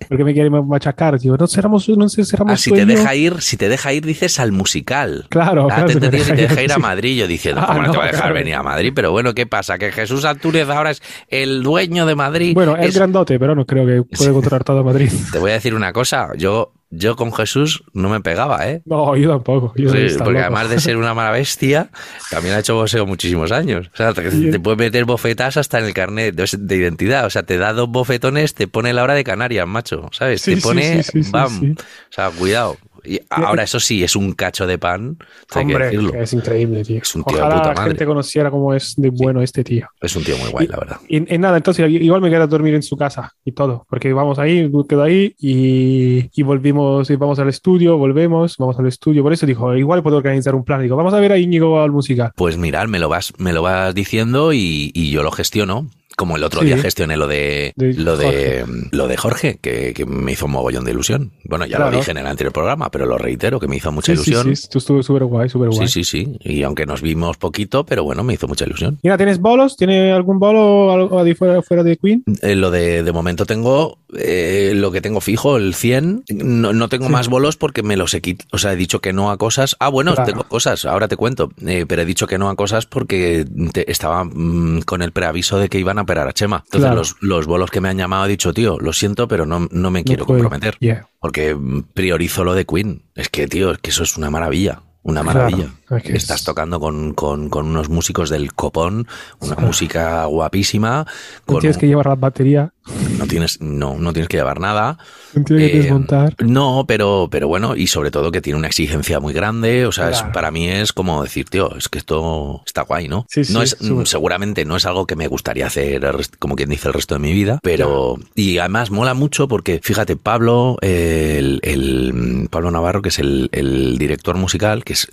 Speaker 2: Porque me quiere machacar. Digo, no cerramos, no cerramos.
Speaker 1: Ah, si te
Speaker 2: sueño.
Speaker 1: deja ir, si te deja ir, dices al musical.
Speaker 2: Claro,
Speaker 1: Ah,
Speaker 2: claro,
Speaker 1: te
Speaker 2: si me
Speaker 1: entendí, si te deja ir a
Speaker 2: sí.
Speaker 1: Madrid, yo diciendo,
Speaker 2: Ah,
Speaker 1: ¿cómo no, te
Speaker 2: no,
Speaker 1: va a dejar
Speaker 2: claro.
Speaker 1: venir a Madrid? Pero bueno, ¿qué pasa? Que Jesús Antúnez ahora es el dueño de Madrid.
Speaker 2: Bueno, es,
Speaker 1: Es-
Speaker 2: grandote, pero no creo que pueda controlar todo Madrid.
Speaker 1: Te voy a decir una cosa, yo, yo con Jesús no me pegaba, ¿eh?
Speaker 2: No, yo tampoco. Yo
Speaker 1: Sí,
Speaker 2: soy tan
Speaker 1: porque
Speaker 2: loco.
Speaker 1: además de ser una mala bestia, también ha hecho boxeo muchísimos años. O sea, te,
Speaker 2: Sí.
Speaker 1: te puedes meter bofetas hasta en el carnet de, de identidad. O sea, te da dos bofetones, te pone la hora de Canarias, macho. ¿Sabes?
Speaker 2: Sí,
Speaker 1: te
Speaker 2: sí,
Speaker 1: pone,
Speaker 2: sí, sí, sí,
Speaker 1: bam.
Speaker 2: sí.
Speaker 1: O sea, cuidado. Y ahora, eso sí, es un cacho de pan. Hay que
Speaker 2: Hombre,
Speaker 1: decirlo.
Speaker 2: es increíble, tío.
Speaker 1: Es un tío de
Speaker 2: Ojalá
Speaker 1: puta
Speaker 2: la
Speaker 1: madre.
Speaker 2: gente conociera cómo es de bueno este tío.
Speaker 1: Es un tío muy guay, la verdad.
Speaker 2: Y, y nada, entonces igual me queda dormir en su casa y todo, porque vamos ahí, tú quedo ahí y, y volvimos, y vamos al estudio, volvemos, vamos al estudio. Por eso dijo, igual puedo organizar un plan. Digo, vamos a ver a Íñigo al musical.
Speaker 1: Pues mirad, me lo vas, me lo vas diciendo y, y yo lo gestiono. Como el otro
Speaker 2: Sí.
Speaker 1: día gestioné lo de,
Speaker 2: De
Speaker 1: lo de lo de Jorge, que, que me hizo un mogollón de ilusión. Bueno, ya
Speaker 2: Claro.
Speaker 1: lo dije en el anterior programa, pero lo reitero, que me hizo mucha
Speaker 2: Sí, sí,
Speaker 1: ilusión.
Speaker 2: sí, esto estuvo súper guay, súper guay.
Speaker 1: Sí, sí, sí. Y aunque nos vimos poquito, pero bueno, me hizo mucha ilusión.
Speaker 2: Mira, ¿tienes bolos? ¿Tiene algún bolo algo ahí fuera, fuera de Queen?
Speaker 1: Eh, lo de, de momento tengo eh, lo que tengo fijo, el 100. No, no tengo
Speaker 2: Sí.
Speaker 1: más bolos porque me los he quitado. O sea, he dicho que no a cosas. Ah, bueno,
Speaker 2: Claro.
Speaker 1: tengo cosas, ahora te cuento. Eh, pero he dicho que no a cosas porque te- estaba mm, con el preaviso de que iban a operar a Chema. Entonces,
Speaker 2: Claro.
Speaker 1: los, los bolos que me han llamado, he dicho, tío, lo siento, pero no, no me quiero
Speaker 2: No puedo.
Speaker 1: comprometer.
Speaker 2: Yeah,
Speaker 1: Porque mm, priorizo lo de Queen. Es que, tío, es que eso es una maravilla. Una
Speaker 2: claro.
Speaker 1: maravilla.
Speaker 2: Es que es-
Speaker 1: Estás tocando con, con- con unos músicos del copón, una música guapísima.
Speaker 2: No
Speaker 1: con
Speaker 2: tienes
Speaker 1: un-
Speaker 2: que llevar la batería,
Speaker 1: no, tienes, no, no tienes que llevar nada.
Speaker 2: no tienes que
Speaker 1: Eh,
Speaker 2: desmontar.
Speaker 1: No, pero, pero bueno, y sobre todo que tiene una exigencia muy grande. O sea, es-
Speaker 2: Claro.
Speaker 1: para mí es como decir, tío, es que esto está guay, ¿no?
Speaker 2: Sí, sí,
Speaker 1: no es,
Speaker 2: súper.
Speaker 1: mm, seguramente no es algo que me gustaría hacer, el rest- como quien dice, el resto de mi vida, pero. Y además mola mucho porque, fíjate, Pablo, eh, el, el, mm, Pablo Navarro, que es el, el director musical, que es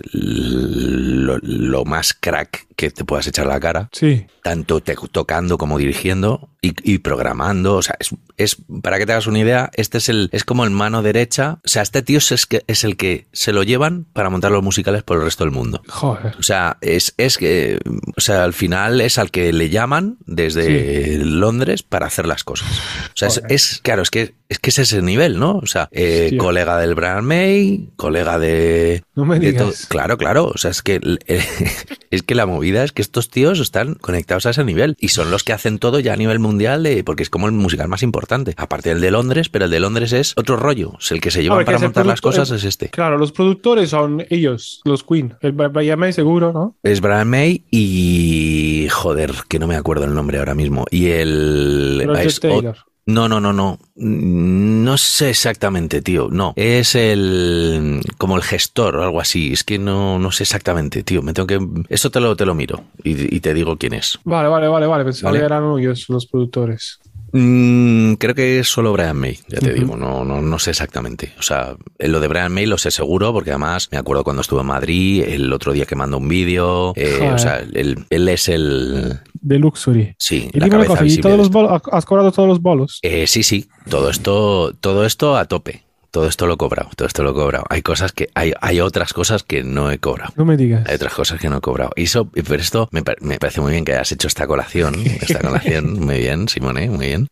Speaker 1: lo, lo más crack que te puedas echar a la cara
Speaker 2: Sí,
Speaker 1: tanto te- tocando como dirigiendo y, y programando. O sea, es, es- para que te hagas una idea, este es el, es como el mano derecha. O sea, este tío es, es que, es el que se lo llevan para montar los musicales por el resto del mundo.
Speaker 2: joder.
Speaker 1: O sea, es, es que, o sea, al final es al que le llaman desde Londres para hacer las cosas. O sea, es,
Speaker 2: Joder.
Speaker 1: es- claro, es que, es que es ese nivel, ¿no? O sea, eh,
Speaker 2: Hostia.
Speaker 1: colega del Brian May, colega de,
Speaker 2: No me
Speaker 1: de todo-
Speaker 2: digas.
Speaker 1: Claro, claro. O sea, es que eh, es que la movida es que estos tíos están conectados a ese nivel y son los que hacen todo ya a nivel mundial de, porque es como el musical más importante. Aparte del de Londres, pero el de Londres es otro rollo. O sea, el que se llevan
Speaker 2: ver, que
Speaker 1: para
Speaker 2: es el
Speaker 1: montar las
Speaker 2: producto-
Speaker 1: cosas es este.
Speaker 2: Claro, los productores son ellos, los Queen. El Bra- Brian May seguro, ¿no?
Speaker 1: Es Brian May y joder, que no me acuerdo el nombre ahora mismo. Y el
Speaker 2: Roger
Speaker 1: es o-
Speaker 2: Taylor.
Speaker 1: No, no, no, no. Mm, No sé exactamente, tío. No. Es el. como el gestor o algo así. Es que no, no sé exactamente, tío. Me tengo que. Eso te lo, te lo miro y, y te digo quién es.
Speaker 2: Vale, vale, vale, vale. Pensaba
Speaker 1: Vale.
Speaker 2: que eran ellos los productores.
Speaker 1: Mm, creo que es solo Brian May, ya te
Speaker 2: Ujú.
Speaker 1: digo. No, no, no sé exactamente. O sea, eh, lo de Brian May lo sé seguro, porque además me acuerdo cuando estuve en Madrid, el otro día que mandó un vídeo. eh,
Speaker 2: Joder.
Speaker 1: o sea, él, él es el.
Speaker 2: De Luxury.
Speaker 1: Sí,
Speaker 2: Y
Speaker 1: la
Speaker 2: dime una
Speaker 1: cabeza
Speaker 2: cosa, ¿y
Speaker 1: visible
Speaker 2: todos
Speaker 1: de este
Speaker 2: los
Speaker 1: esto.
Speaker 2: bolos, has cobrado todos los bolos?
Speaker 1: Eh, sí, sí, todo esto, todo esto a tope. Todo esto lo he cobrado, todo esto lo he cobrado. Hay cosas que, hay, hay otras cosas que no he cobrado.
Speaker 2: No me digas.
Speaker 1: Hay otras cosas que no he cobrado. Y eso, y pero esto me, pa- me parece muy bien que hayas hecho esta colación. Esta colación, muy bien, Simone, muy bien.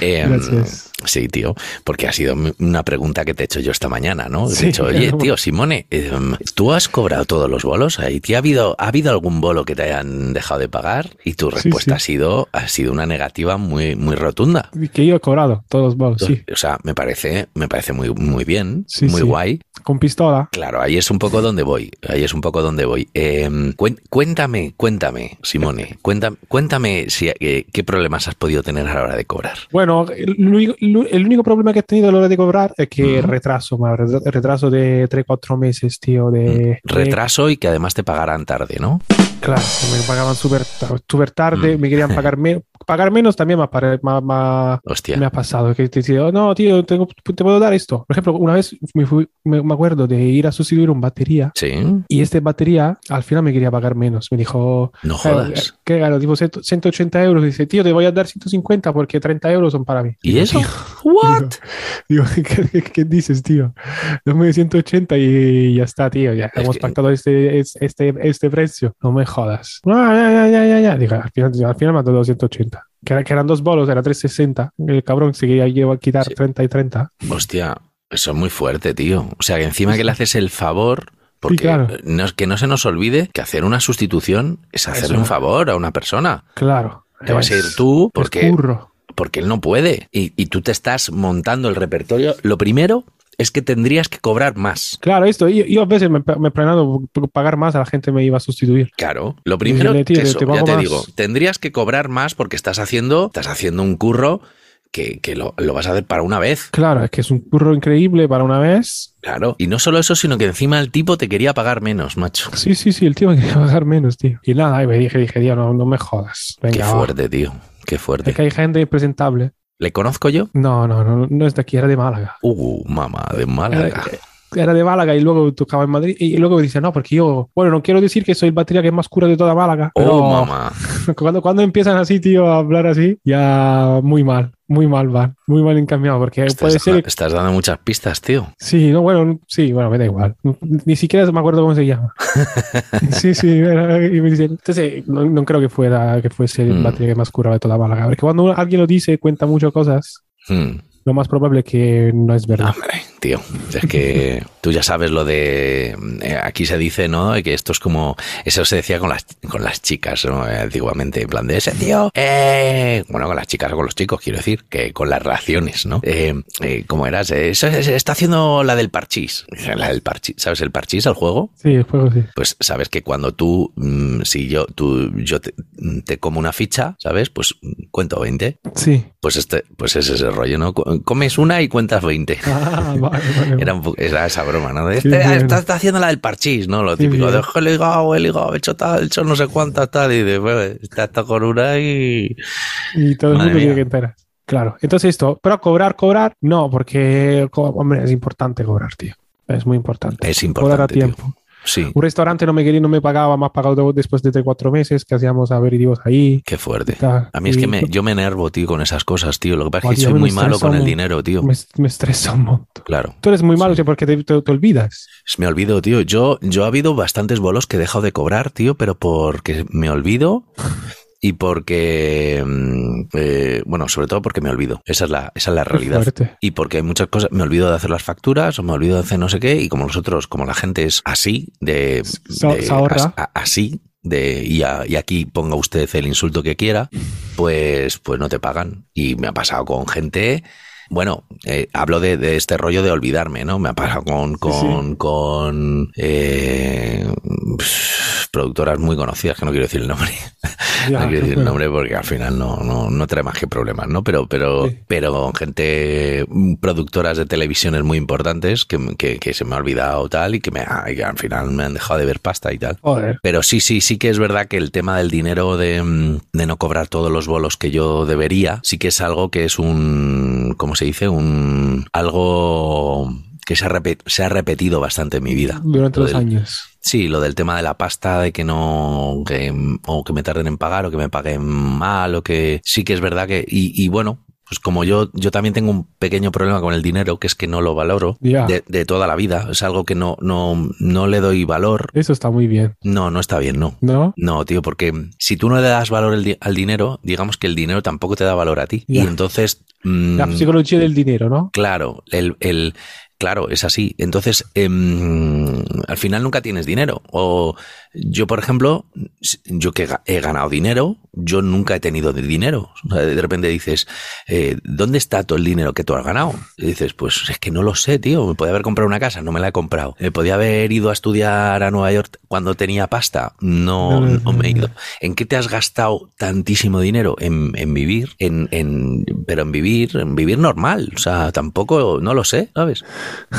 Speaker 1: Eh,
Speaker 2: Gracias.
Speaker 1: Sí, tío, porque ha sido mi- una pregunta que te he hecho yo esta mañana, ¿no? Te
Speaker 2: Sí.
Speaker 1: he dicho, oye, tío, Simone, eh, ¿tú has cobrado todos los bolos? ¿Y te ha habido, ha habido algún bolo que te hayan dejado de pagar? Y tu
Speaker 2: Sí,
Speaker 1: respuesta
Speaker 2: sí.
Speaker 1: ha sido, ha sido una negativa muy, muy rotunda.
Speaker 2: Que yo he cobrado todos los bolos, sí.
Speaker 1: O sea, me parece, me parece muy, muy bien,
Speaker 2: Sí,
Speaker 1: muy
Speaker 2: sí.
Speaker 1: guay.
Speaker 2: Con pistola.
Speaker 1: Claro, ahí es un poco donde voy. Ahí es un poco donde voy. Eh, cuen- cuéntame, cuéntame, Simone, cuéntame, cuéntame si, eh, qué problemas has podido tener a la hora de cobrar.
Speaker 2: Bueno, lo, lo el, el único problema que he tenido a la hora de cobrar es que retraso, ma, retra- retraso de 3-4 meses, tío. De,
Speaker 1: Mm, Retraso y que además te pagarán tarde, ¿no?
Speaker 2: de- claro, que me pagaban súper ta- súper tarde,
Speaker 1: Mm.
Speaker 2: me querían pagar menos. Pagar menos también me ha pare- me ha- me ha-
Speaker 1: Hostia.
Speaker 2: me ha pasado. Que te digo, no, tío, tengo- te puedo dar esto. Por ejemplo, una vez me, fui- me- me acuerdo de ir a sustituir un batería
Speaker 1: Sí,
Speaker 2: y este batería al final me quería pagar menos. Me dijo,
Speaker 1: no
Speaker 2: claro,
Speaker 1: jodas.
Speaker 2: que claro, tipo ciento- 180 euros. Y dice, tío, te voy a dar 150 porque 30 euros son para mí.
Speaker 1: ¿Y eso?
Speaker 2: Digo,
Speaker 1: ¿What?
Speaker 2: Digo, ¿qué, qué- qué dices, tío? Dame 180 y ya está, tío. Ya
Speaker 1: Es
Speaker 2: hemos
Speaker 1: que-
Speaker 2: pactado este, es- este, este precio. No me jodas. No, Ah, ya, ya, ya, ya, ya. Digo, al final, al final me han dado 180. Que, era- que eran dos bolos, era 360. El cabrón se quería llevar- quitar
Speaker 1: Sí.
Speaker 2: 30 y 30.
Speaker 1: Hostia, eso es muy fuerte, tío. O sea, que encima que le haces el favor, porque
Speaker 2: claro.
Speaker 1: eh, no, que no se nos olvide que hacer una sustitución es hacerle
Speaker 2: Eso.
Speaker 1: un favor a una persona.
Speaker 2: Claro.
Speaker 1: Te vas a ir
Speaker 2: Es-
Speaker 1: tú
Speaker 2: es
Speaker 1: porque,
Speaker 2: curro.
Speaker 1: porque él no puede. Y, y tú te estás montando el repertorio. Lo primero es que tendrías que cobrar más.
Speaker 2: Claro, esto. Yo, yo a veces me, me planeado pagar más, a la gente me iba a sustituir.
Speaker 1: Claro, lo primero
Speaker 2: Dile, tío,
Speaker 1: eso,
Speaker 2: te
Speaker 1: ya
Speaker 2: pago
Speaker 1: te
Speaker 2: más.
Speaker 1: digo, tendrías que cobrar más porque estás haciendo, estás haciendo un curro que, que lo, lo vas a hacer para una vez.
Speaker 2: Claro, es que es un curro increíble para una vez.
Speaker 1: Claro. Y no solo eso, sino que encima el tipo te quería pagar menos, macho.
Speaker 2: Sí, sí, sí, el tío me quería pagar menos, tío. Y nada, y me dije, dije, tío, no, no me jodas. Venga,
Speaker 1: Qué
Speaker 2: va.
Speaker 1: fuerte, tío. Qué fuerte.
Speaker 2: Es que hay gente presentable.
Speaker 1: ¿Le conozco yo?
Speaker 2: No, no, no, no es de aquí, era de Málaga.
Speaker 1: Uh, mamá, de Málaga.
Speaker 2: Eh, Era de Málaga y luego tocaba en Madrid. Y luego me dice, no, porque yo, bueno, no quiero decir que soy el batería que es más cura de toda Málaga. pero
Speaker 1: Oh, mamá.
Speaker 2: Cuando, cuando empiezan así, tío, a hablar así, ya muy mal, muy mal van, muy mal encaminado, porque
Speaker 1: Estás,
Speaker 2: puede ser.
Speaker 1: dando- estás dando muchas pistas, tío.
Speaker 2: Sí, no, bueno, sí, bueno, me da igual. Ni siquiera me acuerdo cómo se llama. sí, sí, era- y me dice, entonces no, no creo que fuera que fuese el
Speaker 1: Mm.
Speaker 2: batería que más curaba de toda Málaga, porque cuando alguien lo dice, cuenta muchas cosas,
Speaker 1: Hmm.
Speaker 2: lo más probable es que no es verdad.
Speaker 1: Hombre, tío, es que tú ya sabes lo de. eh, Aquí se dice, ¿no? Que esto es como. Eso se decía con las, con las chicas, ¿no? Eh, Antiguamente, en plan de ese tío. eh", Bueno, con las chicas o con los chicos, quiero decir, que con las relaciones, ¿no? Eh, eh, ¿Cómo eras? Eh, eso es- está haciendo la del parchís. La del parchís. ¿Sabes el parchís al juego?
Speaker 2: Sí, el juego sí.
Speaker 1: pues sabes que cuando tú, mm, si yo, tú, yo te, mm, te como una ficha, ¿sabes? Pues mm, cuento 20.
Speaker 2: Sí.
Speaker 1: Pues, este, pues es ese rollo, ¿no? Co- Comes una y cuentas 20.
Speaker 2: Ah, vale, vale.
Speaker 1: Era, un po- era esa broma, ¿no? De
Speaker 2: Qué
Speaker 1: Este, ah,
Speaker 2: bueno.
Speaker 1: está, está haciendo la del parchís, ¿no? Lo
Speaker 2: Qué
Speaker 1: típico de
Speaker 2: bien.
Speaker 1: "Ojo, el hígado, el hígado, he hecho tal, he hecho no sé cuántas, tal. Y de, bueno, está, está con una y.
Speaker 2: Y todo el
Speaker 1: Madre
Speaker 2: mundo
Speaker 1: mía.
Speaker 2: tiene que enterar. Claro. Entonces esto, pero cobrar, cobrar, no, porque, co- hombre, es importante cobrar, tío. Es muy importante.
Speaker 1: Es
Speaker 2: cobrar a
Speaker 1: importante. tío.
Speaker 2: tiempo.
Speaker 1: Sí,
Speaker 2: Un restaurante no me quería, no me pagaba, me ha pagado después de 4 meses que hacíamos aperitivos ahí.
Speaker 1: qué fuerte.
Speaker 2: tal.
Speaker 1: A mí es
Speaker 2: Y
Speaker 1: que me, yo me enervo, tío, con esas cosas, tío. Lo que pasa
Speaker 2: Buah,
Speaker 1: es que
Speaker 2: tío,
Speaker 1: soy
Speaker 2: me
Speaker 1: muy malo
Speaker 2: estresa
Speaker 1: con el
Speaker 2: un-
Speaker 1: dinero, tío.
Speaker 2: me, me estresa un montón.
Speaker 1: Claro.
Speaker 2: Tú eres muy malo
Speaker 1: Sí.
Speaker 2: tío, porque te, te- te olvidas.
Speaker 1: Se Me olvido, tío. Yo, yo ha habido bastantes bolos que he dejado de cobrar, tío, pero porque me olvido y porque, mm, eh, bueno, sobre todo porque me olvido. Esa es la, esa es la
Speaker 2: Qué
Speaker 1: realidad.
Speaker 2: fuerte.
Speaker 1: Y porque hay muchas cosas, me olvido de hacer las facturas o me olvido de hacer no sé qué. Y como nosotros, como la gente es así, de,
Speaker 2: Se-
Speaker 1: de-
Speaker 2: se ahorra.
Speaker 1: as- a- así, de, y, a- y aquí ponga usted el insulto que quiera, pues, pues no te pagan. Y me ha pasado con gente. Bueno, eh, hablo de, de este rollo de olvidarme, ¿no? Me ha pasado con, con, con eh, pf, productoras muy conocidas, que no quiero decir el nombre.
Speaker 2: Ya,
Speaker 1: No quiero decir
Speaker 2: bueno.
Speaker 1: el nombre porque al final no, no, no trae más que problemas, ¿no? Pero, pero,
Speaker 2: Sí.
Speaker 1: pero con gente, mm, productoras de televisiones muy importantes que, que- que se me ha olvidado tal y que, me, ha- y que al final me han dejado de ver pasta y tal.
Speaker 2: Joder.
Speaker 1: Pero sí, sí, sí que es verdad que el tema del dinero de, mm, de no cobrar todos los bolos que yo debería, sí que es algo que es un, ¿cómo se dice? Un, algo que se ha, repe- se ha repetido bastante en mi vida.
Speaker 2: Durante
Speaker 1: Lo
Speaker 2: los
Speaker 1: del-
Speaker 2: años.
Speaker 1: Sí, lo del tema de la pasta, de que no, que, o que me tarden en pagar, o que me paguen mal, o que sí que es verdad que, y, y bueno, pues como yo, yo también tengo un pequeño problema con el dinero, que es que no lo valoro
Speaker 2: Ya.
Speaker 1: de, de toda la vida, es algo que no, no, no le doy valor.
Speaker 2: Eso está muy bien,
Speaker 1: No, no está bien, no.
Speaker 2: ¿no?
Speaker 1: No, tío, porque si tú no le das valor el di- al dinero, digamos que el dinero tampoco te da valor a ti.
Speaker 2: Ya.
Speaker 1: Y entonces... mm,
Speaker 2: La psicología del dinero, ¿no?
Speaker 1: Claro, el, el- claro, es así. Entonces, em, al final nunca tienes dinero. O Yo, por ejemplo, yo que he ganado dinero, yo nunca he tenido dinero. O sea, de repente dices, eh, ¿dónde está todo el dinero que tú has ganado? Y dices, pues es que no lo sé, tío. Me podía haber comprado una casa, no me la he comprado. Me podía haber ido a estudiar a Nueva York cuando tenía pasta, no, no, no me he ido. ¿En qué te has gastado tantísimo dinero? En, en vivir, en, en, pero en vivir, en vivir normal. O sea, tampoco, no lo sé, ¿sabes?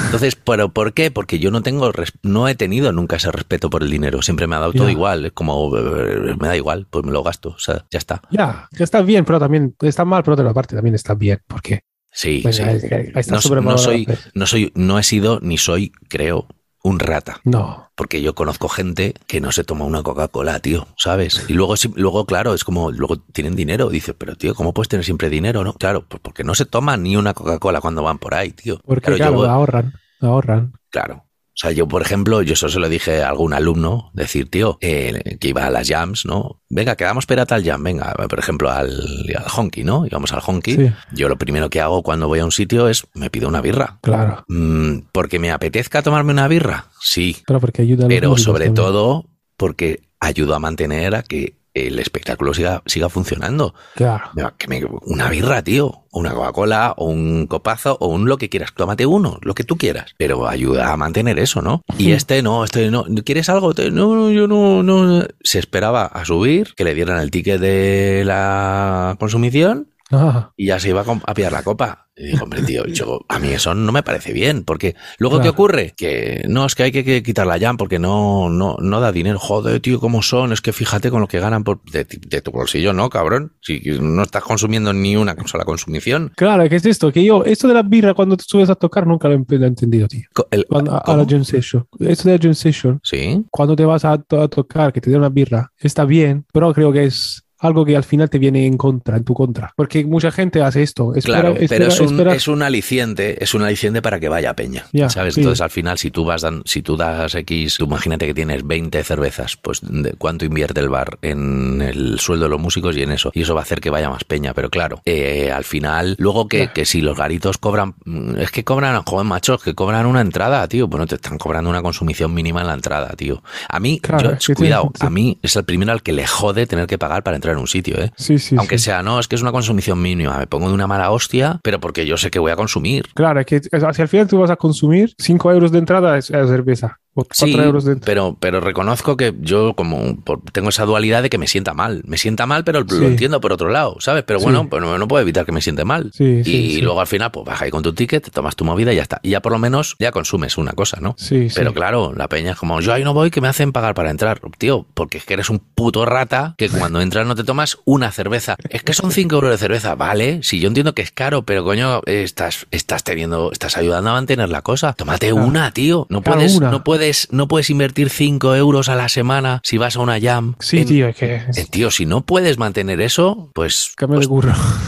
Speaker 1: Entonces, ¿pero por qué? Porque yo no tengo, no he tenido nunca ese respeto por el dinero. Siempre me ha dado todo ya. igual. Es como, eh, me da igual, pues me lo gasto. O sea, ya está.
Speaker 2: Ya, que está bien, pero también está mal, pero de la parte también está bien, porque.
Speaker 1: Sí, bueno, sí. Ahí, ahí está no, no, soy,
Speaker 2: pues.
Speaker 1: no soy, no he sido ni soy, creo, un rata.
Speaker 2: No.
Speaker 1: Porque yo conozco gente que no se toma una Coca-Cola, tío, ¿sabes? Y luego, luego, claro, es como, luego tienen dinero. Dices, pero tío, ¿cómo puedes tener siempre dinero? No, claro, pues porque no se toman ni una Coca-Cola cuando van por ahí, tío.
Speaker 2: Porque claro, claro yo, ahorran, ahorran.
Speaker 1: Claro. O sea, yo, por ejemplo, yo eso se lo dije a algún alumno, decir, tío, eh, que iba a las jams, ¿no? Venga, quedamos para tal jam, venga, por ejemplo, al, al honky, ¿no? Íbamos al honky. Sí. Yo lo primero que hago cuando voy a un sitio es me pido una birra.
Speaker 2: Claro.
Speaker 1: Mm, porque me apetezca tomarme una birra, sí.
Speaker 2: Pero porque ayuda a
Speaker 1: Pero sobre también. todo porque ayuda a mantener a que el espectáculo siga, siga funcionando.
Speaker 2: Claro.
Speaker 1: Que me, una birra, tío, una Coca-Cola, o un copazo, o un lo que quieras. Tómate uno, lo que tú quieras. Pero ayuda a mantener eso, ¿no? Y este no, este no. ¿Quieres algo? No, no, yo no, no. Se esperaba a subir, que le dieran el ticket de la consumición. Ah. Y ya se iba a pillar la copa. Y digo, hombre, tío, yo, a mí eso no me parece bien, porque luego claro. ¿qué ocurre? Que no, es que hay que, que quitar la jam porque no, no, no da dinero. Joder, tío, ¿cómo son? Es que fíjate con lo que ganan por, de, de, tu bolsillo, ¿no, cabrón? Si no estás consumiendo ni una sola consumición.
Speaker 2: Claro, que es esto, que yo, esto de la birra cuando te subes a tocar nunca lo he, lo he entendido, tío.
Speaker 1: El,
Speaker 2: cuando, a, a, la jam session. Esto de la jam session.
Speaker 1: Sí.
Speaker 2: Cuando te vas a, a tocar, que te den una birra, está bien, pero creo que es algo que al final te viene en contra, en tu contra. Porque mucha gente hace esto.
Speaker 1: Espera, claro, espera, pero es un, espera. es un, aliciente, es un aliciente para que vaya peña. Yeah, ¿Sabes? Sí. Entonces al final, si tú vas dan, si tú das X, tú imagínate que tienes 20 cervezas, pues de, cuánto invierte el bar en el sueldo de los músicos y en eso. Y eso va a hacer que vaya más peña. Pero claro, eh, al final, luego que, yeah. que, si los garitos cobran, mm, es que cobran, joven machos, que cobran una entrada, tío. Bueno, te están cobrando una consumición mínima en la entrada, tío. A mí, claro, yo, cuidado, tiene, a mí es el primero al que le jode tener que pagar para entrar en un sitio, ¿eh?
Speaker 2: Sí, sí.
Speaker 1: Aunque
Speaker 2: sí.
Speaker 1: sea, no, es que es una consumición mínima. Me pongo de una mala hostia, pero porque yo sé que voy a consumir.
Speaker 2: Claro, es que hacia el final tú vas a consumir 5 euros de entrada es, es cerveza.
Speaker 1: Sí, pero, pero reconozco que yo como tengo esa dualidad de que me sienta mal. Me sienta mal, pero lo sí. entiendo por otro lado, ¿sabes? Pero bueno, sí. pues no, no, puedo evitar que me siente mal. y luego al final, pues baja ahí con tu ticket, te tomas tu movida y ya está. Y ya por lo menos ya consumes una cosa, ¿no?
Speaker 2: Sí,
Speaker 1: pero claro, la peña es como, yo ahí no voy, que me hacen pagar para entrar. Tío, porque es que eres un puto rata que cuando entras no te tomas una cerveza. Es que son 5 euros de cerveza, vale. Si yo entiendo que es caro, pero coño, estás, estás teniendo, estás ayudando a mantener la cosa. Tómate claro. una, tío. No claro, puedes, una. no puedes no puedes invertir 5 euros a la semana si vas a una jam.
Speaker 2: Sí, en, tío, es que. Es...
Speaker 1: En, tío, si no puedes mantener eso, pues.
Speaker 2: Cambio de curro.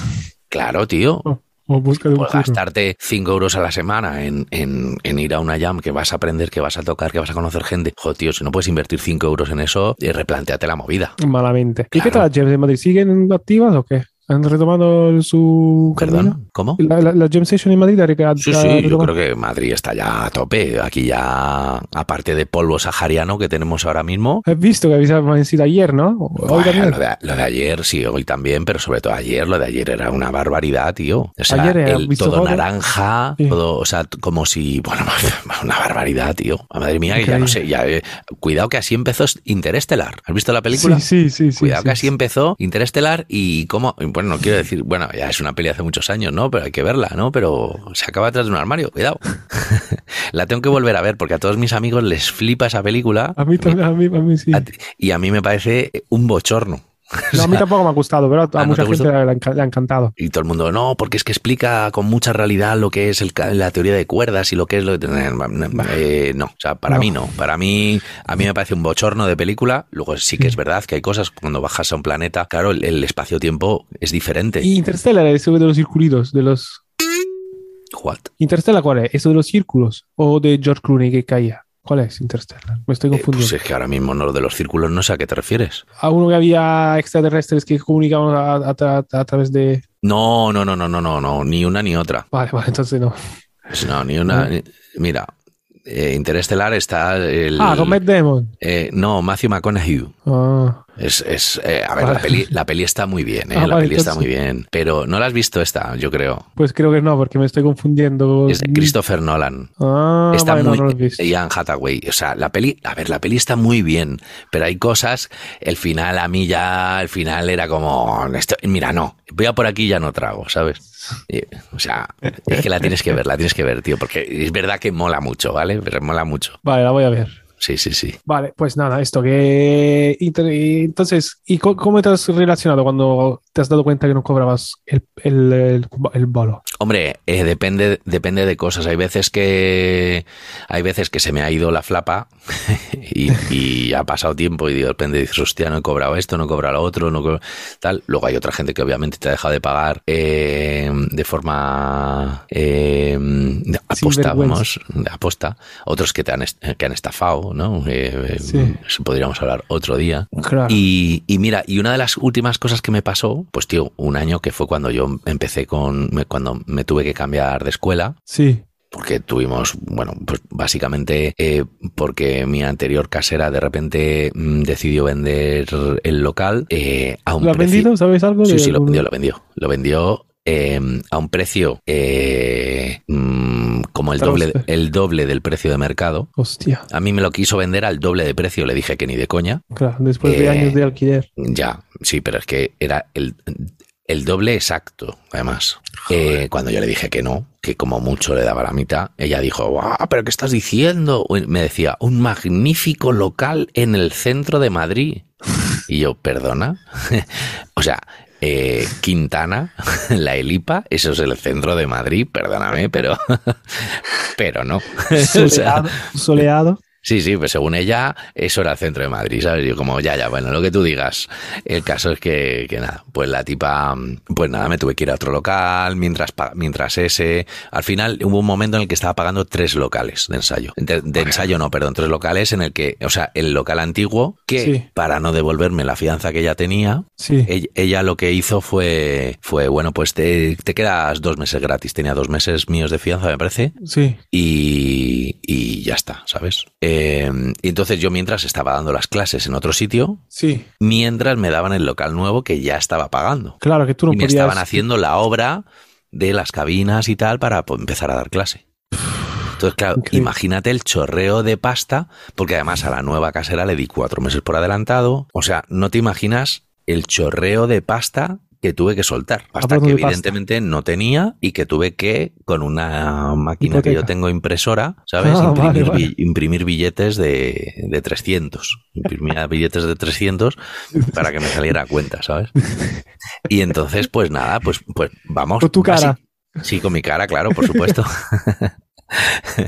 Speaker 1: Claro, tío.
Speaker 2: Oh. O busca
Speaker 1: por Pues gastarte 5 euros a la semana en, en, en, ir a una jam que vas a aprender, que vas a tocar, que vas a conocer gente. Joder, tío, si no puedes invertir 5 euros en eso, eh, replanteate la movida.
Speaker 2: Malamente. Claro. ¿Y qué tal las jams de Madrid? ¿Siguen activas o qué? ¿Han retomado su
Speaker 1: ¿Perdón? Camino? ¿Cómo?
Speaker 2: La, la, la, Jam Session en Madrid. Ha,
Speaker 1: sí, sí, ha yo creo que Madrid está ya a tope. Aquí ya, aparte de polvo sahariano que tenemos ahora mismo.
Speaker 2: Has visto que habéis amanecido ayer, ¿no?
Speaker 1: Hoy Pues bueno, lo, de, lo, de, ayer, sí, hoy también, pero sobre todo ayer. Lo de ayer era una barbaridad, tío. O sea, ayer, el, visto todo joder? naranja, sí. todo, o sea, como si, bueno, pues una barbaridad, tío. Madre mía, que ya no sé, ya, eh, cuidado que así empezó Interestelar. ¿Has visto la película?
Speaker 2: Sí, sí, sí.
Speaker 1: Cuidado
Speaker 2: sí,
Speaker 1: que
Speaker 2: sí,
Speaker 1: así em- empezó Interestelar y cómo, bueno, no quiero decir, bueno, ya es una peli hace muchos años, ¿no? Pero hay que verla, ¿no? Pero se acaba detrás de un armario, cuidado. la tengo que volver a ver porque a todos mis amigos les flipa esa película.
Speaker 2: A mí también, a mí, a mí Ah, sí. A
Speaker 1: y a mí me parece un bochorno.
Speaker 2: No, o sea, a mí tampoco me ha gustado, pero a, ¿a mucha no gente le, le ha, encantado.
Speaker 1: Y todo el mundo, no, porque es que explica con mucha realidad lo que es el, la teoría de cuerdas y lo que es lo de... Eh, no, o sea, para no. mí no. Para mí, a mí me parece un bochorno de película. Luego sí
Speaker 2: Mm.
Speaker 1: que es verdad que hay cosas cuando bajas a un planeta, claro, el, el espacio-tiempo es diferente.
Speaker 2: Y Interstellar es de los circulitos, de los...
Speaker 1: What?
Speaker 2: Interstellar, ¿cuál es? ¿Eso de los círculos o de George Clooney que caía? ¿Cuál es Interstellar? Me estoy confundiendo.
Speaker 1: Eh, pues es que ahora mismo no lo de los círculos, no sé a qué te refieres.
Speaker 2: A uno que había extraterrestres que comunicaban a, a, tra a través de.
Speaker 1: No, no, no, no, no, no, no, ni una ni otra.
Speaker 2: Vale, vale, entonces no.
Speaker 1: Pues no, ni una. ¿No? Ni... mira, eh, Interestelar está el.
Speaker 2: Ah, con Matt Damon.
Speaker 1: eh, no, Matthew McConaughey.
Speaker 2: Ah,
Speaker 1: Es, es, eh, a ver,
Speaker 2: Vale.
Speaker 1: la, peli, la peli está muy bien, eh,
Speaker 2: Ah,
Speaker 1: la
Speaker 2: vale,
Speaker 1: peli está
Speaker 2: entonces-
Speaker 1: muy bien. Pero no la has visto esta, yo creo.
Speaker 2: pues creo que no, porque me estoy confundiendo.
Speaker 1: Es de Christopher Nolan.
Speaker 2: Ah,
Speaker 1: está
Speaker 2: vale, no,
Speaker 1: muy
Speaker 2: no lo he visto.
Speaker 1: y Anne Hathaway, o sea, la peli, a ver, la peli está muy bien, pero hay cosas, el final a mí ya, el final era como, esto- mira, no, voy a por aquí y ya no trago, ¿sabes? Y, o sea, es que la tienes que ver, la tienes que ver, tío, porque es verdad que mola mucho, ¿vale? Pero mola mucho.
Speaker 2: Vale, la voy a ver.
Speaker 1: Sí, sí, sí.
Speaker 2: Vale, pues nada, esto que. inter- y Entonces, ¿y co- cómo te has relacionado cuando te has dado cuenta que no cobrabas el, el, el, el bolo?
Speaker 1: Hombre, eh, depende, depende de cosas. Hay veces que hay veces que se me ha ido la flapa y, y ha pasado tiempo y de repente dices, hostia, no he cobrado esto, no he cobrado lo otro, no he cobrado tal. Luego hay otra gente que obviamente te ha dejado de pagar eh, de forma eh, de- aposta, vamos,
Speaker 2: vergüenza.
Speaker 1: de aposta. Otros que te han, est- que han estafado, ¿no? Eh, eh,
Speaker 2: Sí.
Speaker 1: eso podríamos hablar otro día.
Speaker 2: Claro.
Speaker 1: Y, y mira, y una de las últimas cosas que me pasó, pues tío, un año que fue cuando yo empecé con, me- cuando me tuve que cambiar de escuela,
Speaker 2: Sí.
Speaker 1: porque tuvimos, bueno, pues básicamente eh, porque mi anterior casera de repente mm, decidió vender el local eh, a un
Speaker 2: ¿Lo has
Speaker 1: precio.
Speaker 2: vendido? ¿Sabes algo?
Speaker 1: Sí,
Speaker 2: de
Speaker 1: sí, lo
Speaker 2: algún-
Speaker 1: vendió, lo vendió. Lo vendió eh, a un precio eh, mm, como el doble,
Speaker 2: Transfer.
Speaker 1: el doble del precio de mercado.
Speaker 2: Hostia,
Speaker 1: A mí me lo quiso vender al doble de precio, le dije que ni de coña.
Speaker 2: claro, después
Speaker 1: Eh,
Speaker 2: de años de alquiler.
Speaker 1: Ya, sí, pero es que era el, el doble exacto, además. Eh, cuando yo le dije que no, que como mucho le daba la mitad, ella dijo, ¡guau! ¿Pero qué estás diciendo? Uy, Me decía, un magnífico local en el centro de Madrid. Y yo, ¿perdona? o sea, eh, Quintana, la Elipa, eso es el centro de Madrid, perdóname, pero, pero no. O sea,
Speaker 2: Soleado, soleado.
Speaker 1: Sí, sí, pues según ella, eso era el centro de Madrid, ¿sabes? Yo como, ya, ya, bueno, lo que tú digas. El caso es que, que nada, pues la tipa, pues nada, me tuve que ir a otro local, mientras, pa- mientras ese... Al final hubo un momento en el que estaba pagando tres locales de ensayo. De, de ensayo no, perdón, tres locales en el que, o sea, el local antiguo, que
Speaker 2: Sí.
Speaker 1: para no devolverme la fianza que ella tenía,
Speaker 2: Sí.
Speaker 1: ella, ella lo que hizo fue, fue bueno, pues te, te quedas dos meses gratis. Tenía dos meses míos de fianza, me parece
Speaker 2: Sí.
Speaker 1: y, y ya está, ¿sabes? Eh, y entonces yo mientras estaba dando las clases en otro sitio,
Speaker 2: Sí.
Speaker 1: mientras me daban el local nuevo que ya estaba pagando.
Speaker 2: Claro, que tú no
Speaker 1: y me
Speaker 2: podías.
Speaker 1: estaban haciendo la obra de las cabinas y tal para pues, empezar a dar clase. Entonces, claro,
Speaker 2: Increíble.
Speaker 1: imagínate el chorreo de pasta, porque además a la nueva casera le di cuatro meses por adelantado. O sea, no te imaginas el chorreo de pasta que tuve que soltar. Pasta
Speaker 2: Hablando
Speaker 1: que
Speaker 2: de pasta.
Speaker 1: evidentemente no tenía y que tuve que, con una máquina que
Speaker 2: Hipoteca.
Speaker 1: yo tengo impresora, ¿sabes?
Speaker 2: Ah,
Speaker 1: imprimir,
Speaker 2: vale, vale.
Speaker 1: bi- imprimir billetes de, de 300. Imprimía billetes de 300 para que me saliera a cuenta, ¿sabes? Y entonces, pues nada, pues, pues vamos.
Speaker 2: Con tu cara.
Speaker 1: basi- Sí, con mi cara, claro, por supuesto.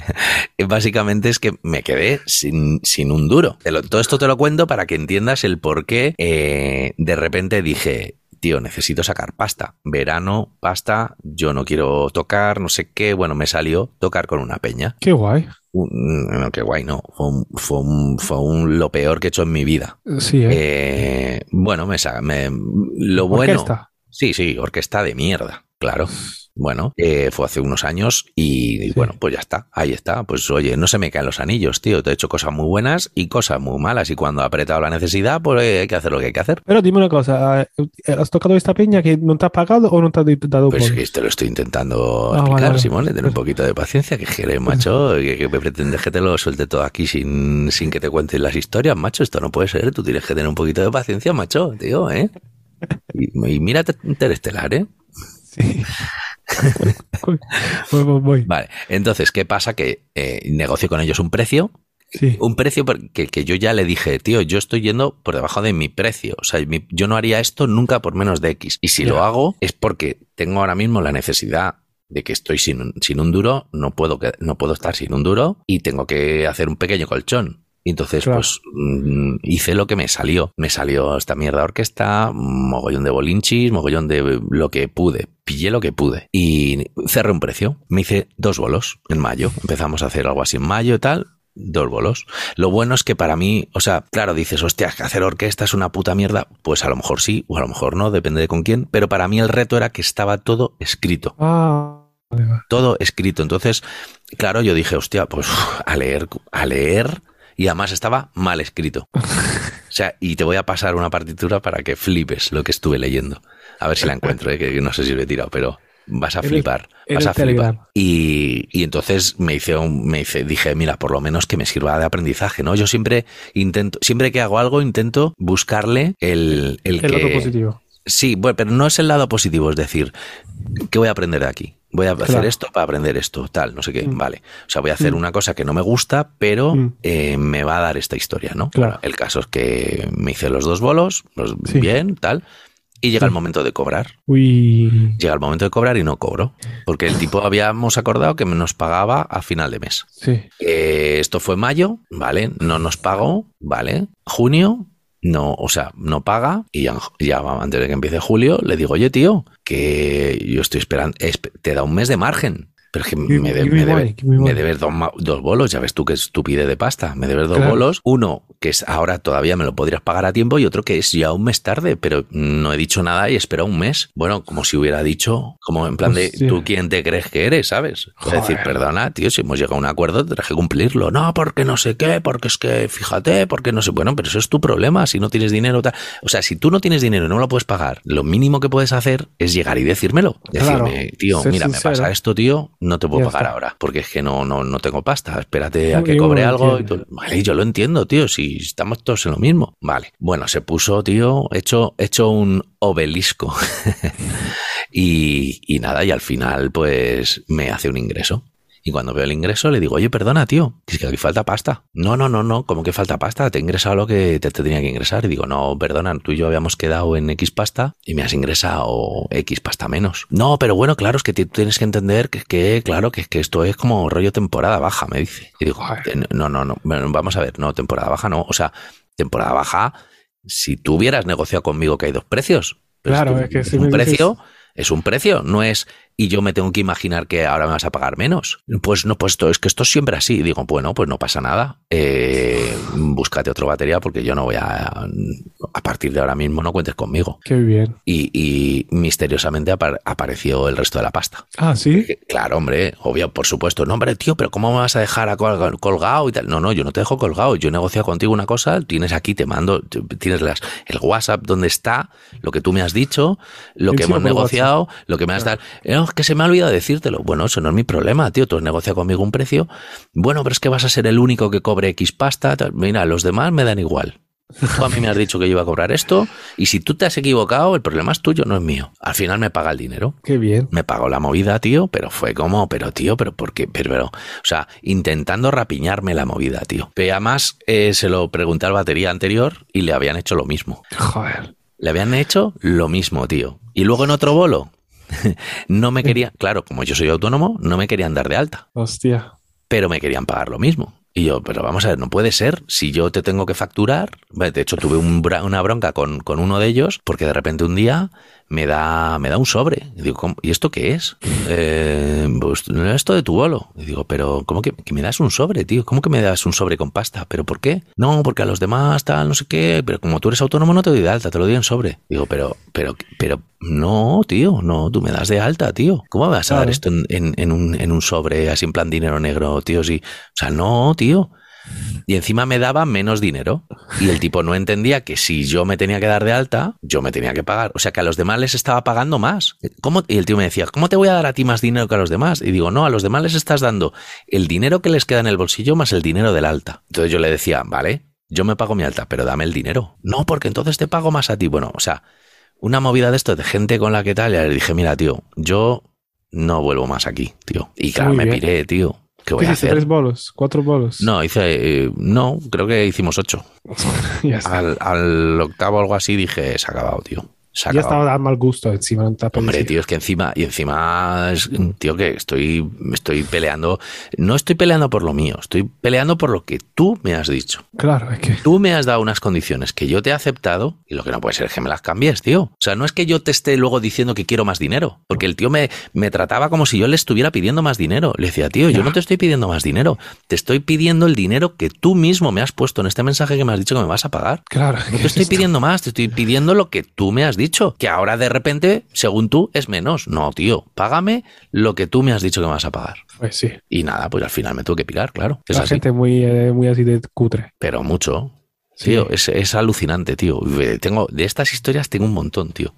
Speaker 1: Básicamente es que me quedé sin, sin un duro. Te lo- todo esto te lo cuento para que entiendas el por qué eh, de repente dije, tío, necesito sacar pasta. Verano, pasta, yo no quiero tocar, no sé qué. Bueno, me salió tocar con una peña.
Speaker 2: Qué guay.
Speaker 1: Un- no, qué guay, no. Fue, un- fue un- fue un- lo peor que he hecho en mi vida.
Speaker 2: Sí, ¿eh? Pues
Speaker 1: Eh, bueno, me, sa- me- lo bueno.
Speaker 2: Orquesta.
Speaker 1: Sí, sí, orquesta de mierda, claro. Bueno, eh, fue hace unos años y
Speaker 2: Sí.
Speaker 1: bueno, pues ya está, ahí está. Pues oye, no se me caen los anillos, tío. Te he hecho cosas muy buenas y cosas muy malas. Y cuando ha apretado la necesidad, pues eh, hay que hacer lo que hay que hacer.
Speaker 2: Pero dime una cosa, eh, ¿has tocado esta peña que no te has pagado o no te has dado
Speaker 1: Pues
Speaker 2: por?
Speaker 1: que te lo estoy intentando
Speaker 2: Ah,
Speaker 1: explicar,
Speaker 2: vale, Pues vale.
Speaker 1: Simón, ¿eh? tener un poquito de paciencia, que quieres, macho, que, que pretendes que te lo suelte todo aquí sin, sin que te cuenten las historias, macho, esto no puede ser, tú tienes que tener un poquito de paciencia, macho, tío, ¿eh? Y, y mírate Interestelar, ¿eh?
Speaker 2: Sí. voy, voy, voy.
Speaker 1: Vale, entonces, ¿qué pasa? Que eh, negocio con ellos un precio,
Speaker 2: Sí.
Speaker 1: un precio por- que, que yo ya le dije, tío, yo estoy yendo por debajo de mi precio. O sea, mi- yo no haría esto nunca por menos de X. Y si lo
Speaker 2: Ya.
Speaker 1: hago es porque tengo ahora mismo la necesidad de que estoy sin, un- sin un duro, no puedo, que- no puedo estar sin un duro y tengo que hacer un pequeño colchón. Y Entonces,
Speaker 2: Claro.
Speaker 1: pues mm, hice lo que me salió. Me salió esta mierda de orquesta, mogollón de bolinchis, mogollón de lo que pude. Pillé lo que pude y cerré un precio. Me hice dos bolos en mayo. Empezamos a hacer algo así en mayo y tal. Dos bolos. Lo bueno es que para mí, o sea, claro, dices, hostia, es que hacer orquesta es una puta mierda. Pues a lo mejor sí, o a lo mejor no, depende de con quién. Pero para mí el reto era que estaba todo escrito.
Speaker 2: Ah,
Speaker 1: Todo escrito. Entonces, claro, yo dije, hostia, pues a leer, a leer. Y además estaba mal escrito. O sea, y te voy a pasar una partitura para que flipes lo que estuve leyendo. A ver si la encuentro, ¿eh? que no sé si lo he tirado, pero vas a
Speaker 2: En el-
Speaker 1: flipar.
Speaker 2: en
Speaker 1: vas
Speaker 2: el
Speaker 1: a flipar.
Speaker 2: Telegram.
Speaker 1: Y, y entonces me hice, un- me hice, dije, mira, por lo menos que me sirva de aprendizaje, ¿no? Yo siempre intento, siempre que hago algo, intento buscarle el, el,
Speaker 2: El
Speaker 1: que,
Speaker 2: otro positivo.
Speaker 1: Sí, bueno, pero no es el lado positivo, es decir, ¿qué voy a aprender de aquí? Voy a hacer
Speaker 2: Claro.
Speaker 1: esto para aprender esto, tal, no sé qué,
Speaker 2: Mm.
Speaker 1: vale. O sea, voy a hacer
Speaker 2: Mm.
Speaker 1: una cosa que no me gusta, pero
Speaker 2: Mm.
Speaker 1: eh, me va a dar esta historia, ¿no?
Speaker 2: Claro.
Speaker 1: El caso es que me hice los dos bolos, los-
Speaker 2: Sí. Mm.
Speaker 1: bien, tal, y llega el
Speaker 2: Sí.
Speaker 1: momento de cobrar.
Speaker 2: Uy.
Speaker 1: Llega el momento de cobrar y no cobro, porque el tipo habíamos acordado que nos pagaba a final de mes.
Speaker 2: Sí.
Speaker 1: Eh, esto fue mayo, ¿vale? No nos pagó, ¿vale? Junio, no, o sea, no paga. Y ya, ya antes de que empiece julio, le digo, oye, tío, que yo estoy esperando, esp- te da un mes de margen. Pero es que
Speaker 2: Give-
Speaker 1: me, de-
Speaker 2: give me
Speaker 1: me debe-
Speaker 2: money, give me
Speaker 1: me
Speaker 2: money.
Speaker 1: debes dos, ma- dos bolos, ya ves tú que estupidez de pasta. Me debes dos
Speaker 2: Claro.
Speaker 1: bolos, uno que es ahora todavía me lo podrías pagar a tiempo y otro que es ya un mes tarde, pero no he dicho nada y espera un mes. Bueno, como si hubiera dicho, como en plan de
Speaker 2: Hostia.
Speaker 1: tú quién te crees que eres, ¿sabes? Es decir,
Speaker 2: Joder.
Speaker 1: perdona, tío, si hemos llegado a un acuerdo, tendrás que cumplirlo. No, porque no sé qué, porque es que, fíjate, porque no sé. Bueno, pero eso es tu problema, si no tienes dinero. Tal. O sea, si tú no tienes dinero y no lo puedes pagar, lo mínimo que puedes hacer es llegar y decírmelo.
Speaker 2: Claro,
Speaker 1: Decirme, tío,
Speaker 2: ser
Speaker 1: mira, me
Speaker 2: sincero.
Speaker 1: pasa esto, tío, no te puedo
Speaker 2: Ya
Speaker 1: pagar
Speaker 2: está.
Speaker 1: ahora, porque es que no, no, no tengo pasta. Espérate a
Speaker 2: No,
Speaker 1: que
Speaker 2: yo
Speaker 1: cobre
Speaker 2: lo
Speaker 1: algo. y
Speaker 2: entiendo.
Speaker 1: tú- vale, yo lo entiendo, tío, si estamos todos en lo mismo. Vale, bueno, se puso, tío, hecho, hecho un obelisco. Y, y nada, y al final, pues me hace un ingreso. Y cuando veo el ingreso, le digo, oye, perdona, tío, que es que aquí falta pasta. No, no, no, no, como que falta pasta? Te he ingresado lo que te, te tenía que ingresar. Y digo, no, perdona, tú y yo habíamos quedado en X pasta y me has ingresado X pasta menos. No, pero bueno, claro, es que ti- tienes que entender que, es que claro, que, es que esto es como rollo temporada baja, me dice. Y digo,
Speaker 2: Joder.
Speaker 1: "Eh, no, no, no, bueno, vamos a ver, no, temporada baja no. O sea, temporada baja, si tú hubieras negociado conmigo que hay dos precios. Pero
Speaker 2: Claro,
Speaker 1: tú-
Speaker 2: es que si
Speaker 1: un
Speaker 2: me dices-
Speaker 1: precio es un precio, no es y yo me tengo que imaginar que ahora me vas a pagar menos. Pues no, pues esto, es que esto es siempre así. Y digo, bueno, pues no pasa nada. Eh, búscate otra batería porque yo no voy a. A partir de ahora mismo no cuentes conmigo.
Speaker 2: Qué bien.
Speaker 1: Y, y misteriosamente apar- apareció el resto de la pasta.
Speaker 2: Ah, sí.
Speaker 1: Que, Claro, hombre, obvio, por supuesto. No, hombre, tío, pero ¿cómo me vas a dejar a col- colgado y tal? No, no, yo no te dejo colgado. Yo negocio contigo una cosa, tienes aquí, te mando, t- tienes las, el WhatsApp donde está, lo que tú me has dicho, lo que
Speaker 2: Encima
Speaker 1: hemos
Speaker 2: por
Speaker 1: negociado, lo que me has dado. No, es que se me ha olvidado decírtelo. Bueno, eso no es mi problema, tío. Tú has negociado conmigo un precio. Bueno, pero es que vas a ser el único que cobre X pasta. tal. Mira, los demás me dan igual. Tú a mí me has dicho que yo iba a cobrar esto y si tú te has equivocado, el problema es tuyo, no es mío. Al final me paga el dinero
Speaker 2: Qué bien.
Speaker 1: me pagó la movida, tío, pero fue como, pero tío, pero por qué, pero, pero, o sea, intentando rapiñarme la movida, tío. Pero además eh, se lo pregunté al batería anterior y le habían hecho lo mismo.
Speaker 2: Joder.
Speaker 1: Le habían hecho lo mismo, tío. Y luego en otro bolo, no me querían, claro, como yo soy autónomo, no me querían dar de alta,
Speaker 2: Hostia.
Speaker 1: pero me querían pagar lo mismo. Y yo, pero vamos a ver, no puede ser. Si yo te tengo que facturar, de hecho tuve un bra- una bronca con, con uno de ellos porque de repente un día me da, me da un sobre. Y digo, ¿cómo- ¿y esto qué es? Eh, pues esto de tu bolo. Y digo, pero ¿cómo que, que me das un sobre, tío? ¿Cómo que me das un sobre con pasta? ¿Pero por qué? No, porque a los demás tal, no sé qué, pero como tú eres autónomo no te doy de alta, te lo doy en sobre. Digo, pero, pero, pero, no, tío, no, tú me das de alta, tío. ¿Cómo me vas a dar
Speaker 2: Claro.
Speaker 1: esto en, en- en un, en un sobre así en plan dinero negro, tío? Sí. O sea, no, tío. Y encima me daba menos dinero. Y el tipo no entendía que si yo me tenía que dar de alta, yo me tenía que pagar. O sea, que a los demás les estaba pagando más. ¿Cómo? Y el tío me decía, ¿cómo te voy a dar a ti más dinero que a los demás? Y digo, no, a los demás les estás dando el dinero que les queda en el bolsillo más el dinero del alta. Entonces yo le decía, vale, yo me pago mi alta, pero dame el dinero. No, porque entonces te pago más a ti. Bueno, o sea, una movida de esto de gente con la que tal. Y le dije, mira, tío, yo no vuelvo más aquí, tío. Y claro,
Speaker 2: Muy
Speaker 1: me
Speaker 2: bien.
Speaker 1: piré, tío. ¿Qué voy
Speaker 2: ¿Qué
Speaker 1: a
Speaker 2: hiciste?
Speaker 1: hacer?
Speaker 2: ¿Tres bolos? ¿Cuatro bolos?
Speaker 1: No, hice. eh, no, creo que hicimos ocho.
Speaker 2: ya está.
Speaker 1: Al, al octavo o algo así dije, se ha acabado, tío. Se ha
Speaker 2: Ya
Speaker 1: acabado.
Speaker 2: estaba dando mal gusto encima. No te
Speaker 1: Hombre,
Speaker 2: apetecía.
Speaker 1: tío, es que encima, y encima, es- tío, que estoy, estoy peleando. No estoy peleando por lo mío, estoy peleando por lo que tú me has dicho.
Speaker 2: Claro, es que.
Speaker 1: Tú me has dado unas condiciones que yo te he aceptado y lo que no puede ser es que me las cambies, tío. O sea, no es que yo te esté luego diciendo que quiero más dinero, porque el tío me, me trataba como si yo le estuviera pidiendo más dinero. Le decía, tío, yo no te estoy pidiendo más dinero, te estoy pidiendo el dinero que tú mismo me has puesto en este mensaje que me has dicho que me vas a pagar.
Speaker 2: Claro.
Speaker 1: No te estoy pidiendo más, te estoy pidiendo lo que tú me has dicho, que ahora de repente, según tú, es menos. No, tío, págame lo que tú me has dicho que me vas a pagar.
Speaker 2: Pues sí.
Speaker 1: Y nada, pues al final me tuve que picar, claro. Es
Speaker 2: la
Speaker 1: así.
Speaker 2: gente muy, eh, muy así de cutre.
Speaker 1: Pero mucho. Tío, es, es alucinante, tío. Eh, Tengo, de estas historias tengo un montón, tío.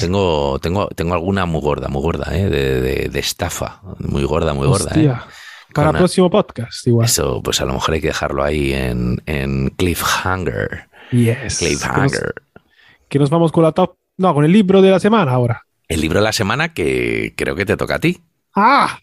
Speaker 1: Tengo, tengo, tengo alguna muy gorda, muy gorda, ¿eh? De, de- de estafa. Muy gorda, muy gorda, ¿eh?
Speaker 2: Hostia. Para
Speaker 1: Con
Speaker 2: el
Speaker 1: una-
Speaker 2: próximo podcast, igual.
Speaker 1: Eso, pues a lo mejor hay que dejarlo ahí en, en cliffhanger.
Speaker 2: Yes. Que nos,
Speaker 1: Cliffhanger.
Speaker 2: que nos vamos con la top. No, con el libro de la semana ahora.
Speaker 1: El libro de la semana que creo que te toca a ti.
Speaker 2: ¡Ah!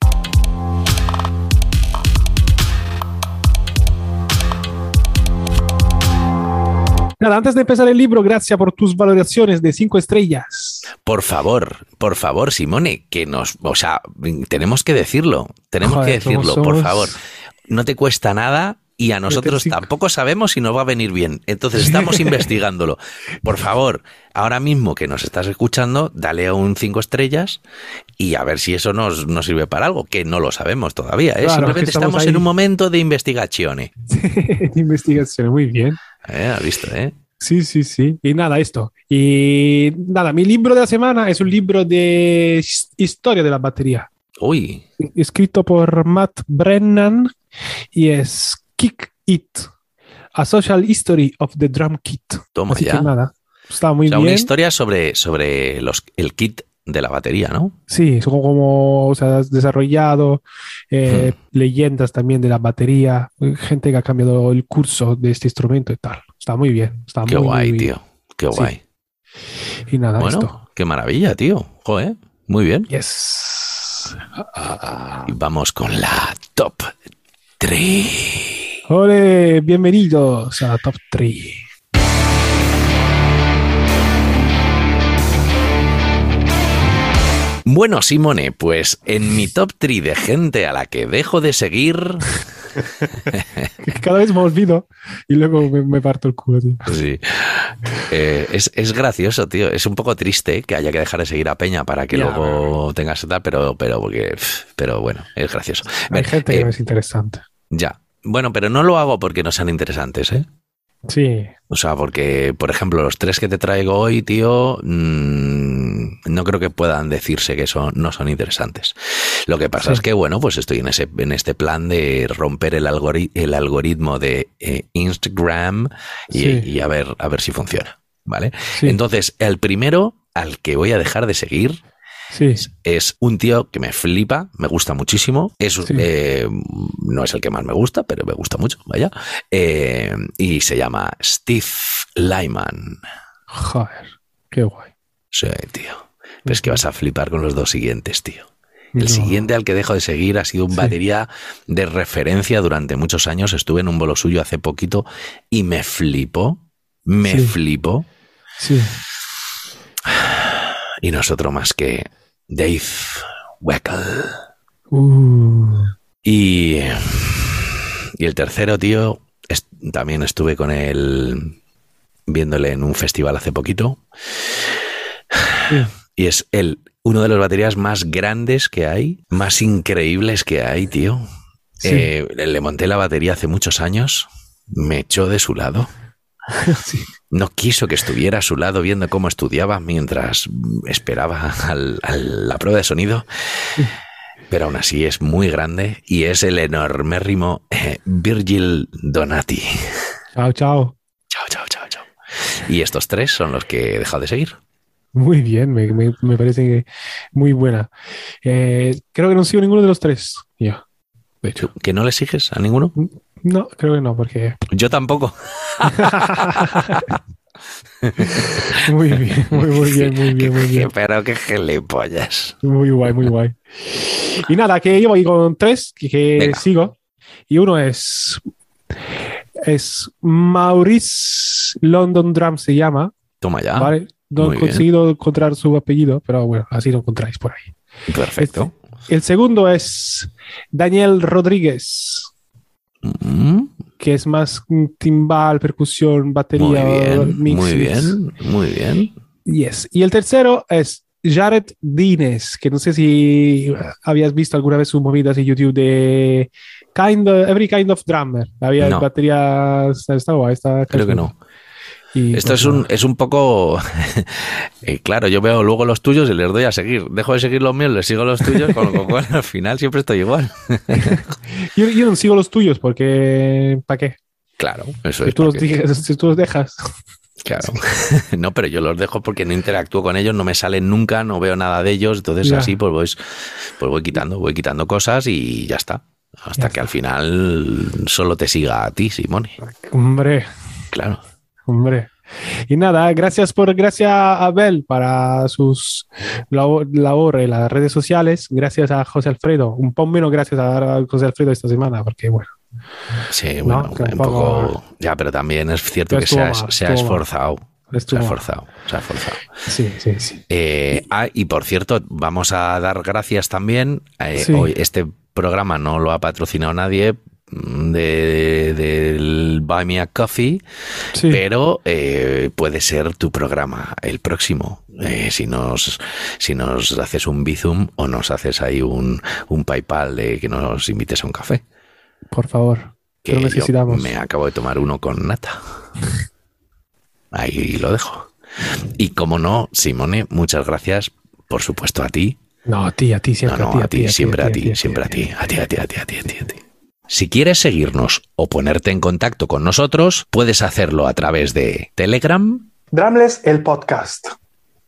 Speaker 2: Nada, antes de empezar el libro, gracias por tus valoraciones de 5 estrellas.
Speaker 1: Por favor, por favor, Simone, que nos, o sea, tenemos que decirlo, tenemos
Speaker 2: Joder,
Speaker 1: que decirlo,
Speaker 2: ¿cómo
Speaker 1: por
Speaker 2: somos?
Speaker 1: favor. No te cuesta nada y a nosotros
Speaker 2: cinco.
Speaker 1: tampoco sabemos si nos va a venir bien. Entonces estamos investigándolo. Por favor, ahora mismo que nos estás escuchando, dale un cinco estrellas y a ver si eso nos, nos sirve para algo, que no lo sabemos todavía. ¿eh?
Speaker 2: Claro,
Speaker 1: Simplemente
Speaker 2: que estamos
Speaker 1: estamos
Speaker 2: ahí.
Speaker 1: en un momento de investigaciones.
Speaker 2: Investigaciones, muy bien.
Speaker 1: Eh, ¿Has visto, eh?
Speaker 2: Sí, sí, sí. Y nada, esto. Y nada, mi libro de la semana es un libro de his- historia de la batería,
Speaker 1: Uy,
Speaker 2: escrito por Matt Brennan y es Kick It, A Social History of the Drum Kit.
Speaker 1: toma
Speaker 2: Así
Speaker 1: ya.
Speaker 2: que nada, está muy
Speaker 1: O sea,
Speaker 2: bien.
Speaker 1: una historia sobre, sobre los, el kit de la batería, ¿no?
Speaker 2: Sí, son como o sea, has desarrollado eh,
Speaker 1: Hmm.
Speaker 2: leyendas también de la batería, gente que ha cambiado el curso de este instrumento y tal. Está muy bien, está
Speaker 1: Qué
Speaker 2: Ah, muy, muy
Speaker 1: guay,
Speaker 2: bien.
Speaker 1: tío. Qué
Speaker 2: Sí,
Speaker 1: guay.
Speaker 2: Y nada,
Speaker 1: bueno,
Speaker 2: esto.
Speaker 1: qué maravilla, tío. Joder, muy bien.
Speaker 2: Yes.
Speaker 1: Y vamos con la top 3.
Speaker 2: Ole, bienvenidos a Top 3.
Speaker 1: Bueno, Simone, pues en mi top 3 de gente a la que dejo de seguir.
Speaker 2: Cada vez me olvido y luego me, me parto el culo, tío.
Speaker 1: Sí. Eh, es, es gracioso, tío. Es un poco triste que haya que dejar de seguir a Peña para que
Speaker 2: Ya.
Speaker 1: luego tengas tal, pero, pero, porque, pero bueno, es gracioso.
Speaker 2: Hay
Speaker 1: Ver,
Speaker 2: gente
Speaker 1: eh,
Speaker 2: que no es interesante.
Speaker 1: Ya. Bueno, pero no lo hago porque no sean interesantes, ¿eh?
Speaker 2: Sí,
Speaker 1: O sea, porque, por ejemplo, los tres que te traigo hoy, tío, mm, no creo que puedan decirse que son, no son interesantes. Lo que pasa
Speaker 2: Sí.
Speaker 1: es que, bueno, pues estoy en, ese, en este plan de romper el, algori- el algoritmo de eh, Instagram y,
Speaker 2: Sí.
Speaker 1: y a, ver, a ver si funciona, ¿vale?
Speaker 2: sí,
Speaker 1: Entonces, el primero al que voy a dejar de seguir
Speaker 2: sí.
Speaker 1: es un tío que me flipa, me gusta muchísimo. Es,
Speaker 2: Sí.
Speaker 1: eh, no es el que más me gusta, pero me gusta mucho, vaya. Eh, y se llama Steve Lyman.
Speaker 2: Joder, qué guay.
Speaker 1: Sí, tío. Pero es que vas a flipar con los dos siguientes, tío. El
Speaker 2: No.
Speaker 1: siguiente al que dejo de seguir ha sido un
Speaker 2: Sí.
Speaker 1: batería de referencia durante muchos años. Estuve en un bolo suyo hace poquito y me flipó. Me
Speaker 2: Sí.
Speaker 1: flipó.
Speaker 2: Sí,
Speaker 1: Y nosotros más que Dave Weckl.
Speaker 2: Uh,
Speaker 1: Y, y el tercero, tío, es- también estuve con él viéndole en un festival hace poquito.
Speaker 2: Sí.
Speaker 1: Y es el, uno de los baterías más grandes que hay, más increíbles que hay, tío.
Speaker 2: sí.
Speaker 1: Eh, le monté la batería hace muchos años, me echó de su lado.
Speaker 2: Sí.
Speaker 1: No quiso que estuviera a su lado viendo cómo estudiaba mientras esperaba al- a la prueba de sonido. Pero aún así es muy grande y es el enormérrimo eh, Virgil Donati.
Speaker 2: Chao, chao.
Speaker 1: Chao, chao, chao, chao. Y estos tres son los que he dejado de seguir.
Speaker 2: Muy bien, me, me- me parece que muy buena. Eh, creo que no sigo ninguno de los tres. Yo. De hecho.
Speaker 1: ¿Que no le sigues a ninguno?
Speaker 2: No, creo que no, porque.
Speaker 1: Yo tampoco.
Speaker 2: Muy bien, muy, muy bien, muy bien, muy bien.
Speaker 1: Pero qué gilipollas.
Speaker 2: Muy guay, muy guay. Y nada, que yo voy con tres que, que
Speaker 1: Venga.
Speaker 2: sigo. Y uno es. Es Maurice London Drum se llama.
Speaker 1: Toma ya.
Speaker 2: ¿vale? No
Speaker 1: Ah, muy bien.
Speaker 2: he conseguido encontrar su apellido, pero bueno, así lo encontráis por ahí.
Speaker 1: Perfecto.
Speaker 2: El segundo es Daniel Rodríguez,
Speaker 1: Mm,
Speaker 2: que es más mm, timbal, percusión,
Speaker 1: Muy
Speaker 2: batería,
Speaker 1: bien,
Speaker 2: mixes.
Speaker 1: muy bien, muy bien.
Speaker 2: Yes. Y el tercero es Jared Dines, que no sé si habías visto alguna vez sus movidas en YouTube de kind of- Every Kind of Drummer. Había
Speaker 1: No.
Speaker 2: batería. Está, pues, está guay, está-
Speaker 1: Creo que no. Y Esto es un, es un poco. eh, claro, yo veo luego los tuyos y les doy a seguir. Dejo de seguir los míos, les sigo los tuyos, con lo cual al final siempre estoy igual.
Speaker 2: yo, yo no sigo los tuyos porque. ¿Para qué?
Speaker 1: Claro, eso
Speaker 2: Si
Speaker 1: es.
Speaker 2: pues tú los
Speaker 1: porque-
Speaker 2: dije- si tú los dejas.
Speaker 1: Claro. No, pero yo los dejo porque no interactúo con ellos, no me salen nunca, no veo nada de ellos, entonces
Speaker 2: Ya.
Speaker 1: así pues voy, pues voy quitando, voy quitando cosas y ya está. Hasta
Speaker 2: Ya
Speaker 1: que al final solo te siga a ti, Simone.
Speaker 2: Hombre.
Speaker 1: Claro.
Speaker 2: Hombre. Y nada, gracias por gracias a Abel para sus labo- labor en las redes sociales. Gracias a José Alfredo. Un poco menos gracias a José Alfredo esta semana, porque bueno,
Speaker 1: Sí,
Speaker 2: No,
Speaker 1: bueno,
Speaker 2: que un
Speaker 1: un
Speaker 2: poco-
Speaker 1: poco. Ya, pero también es cierto
Speaker 2: Pero
Speaker 1: que se ha,
Speaker 2: estuvo mal,
Speaker 1: se ha
Speaker 2: estuvo mal.
Speaker 1: esforzado. Se ha
Speaker 2: estuvo mal.
Speaker 1: esforzado. Se ha esforzado.
Speaker 2: Sí, sí, sí.
Speaker 1: Eh, ah, y por cierto, vamos a dar gracias también. eh,
Speaker 2: Sí.
Speaker 1: hoy este programa no lo ha patrocinado nadie mm, de, del Buy Me a Coffee,
Speaker 2: Sí,
Speaker 1: pero eh, puede ser tu programa el próximo. Eh, si nos si nos haces un Bizum o nos haces ahí un, un PayPal de que nos invites a un café.
Speaker 2: por favor.
Speaker 1: Que
Speaker 2: Lo
Speaker 1: yo
Speaker 2: necesitamos.
Speaker 1: me acabo de tomar uno con nata. Ahí lo dejo. Y como no, Simone, muchas gracias, por supuesto, a ti.
Speaker 2: No, a ti, a ti,
Speaker 1: No,
Speaker 2: siempre
Speaker 1: no, a ti, siempre a ti, siempre a
Speaker 2: ti.
Speaker 1: ti, a ti, a ti, a ti, a ti, a ti, a ti. Si quieres seguirnos o ponerte en contacto con nosotros, puedes hacerlo a través de Telegram,
Speaker 4: Drumless el podcast.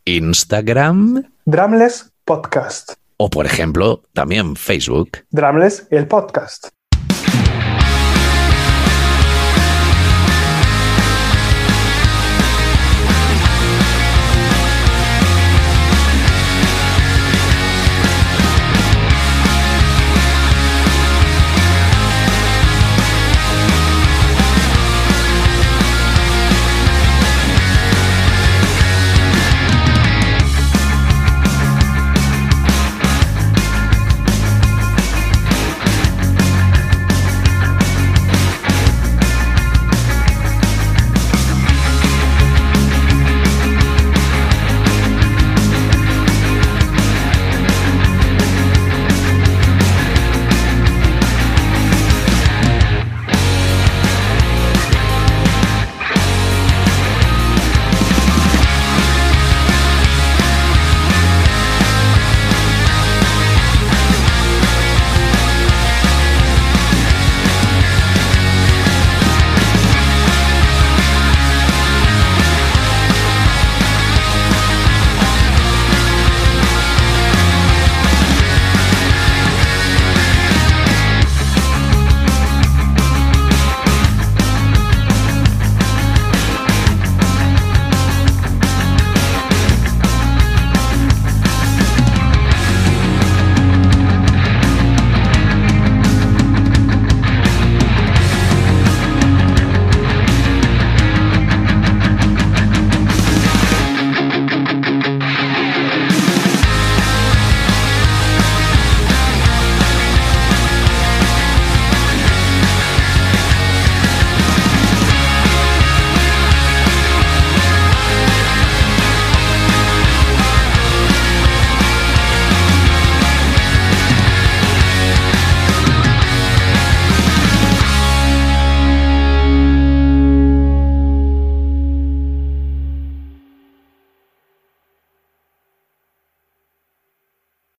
Speaker 1: Instagram
Speaker 4: Drumless podcast.
Speaker 1: o, por ejemplo, también Facebook.
Speaker 4: Drumless el podcast.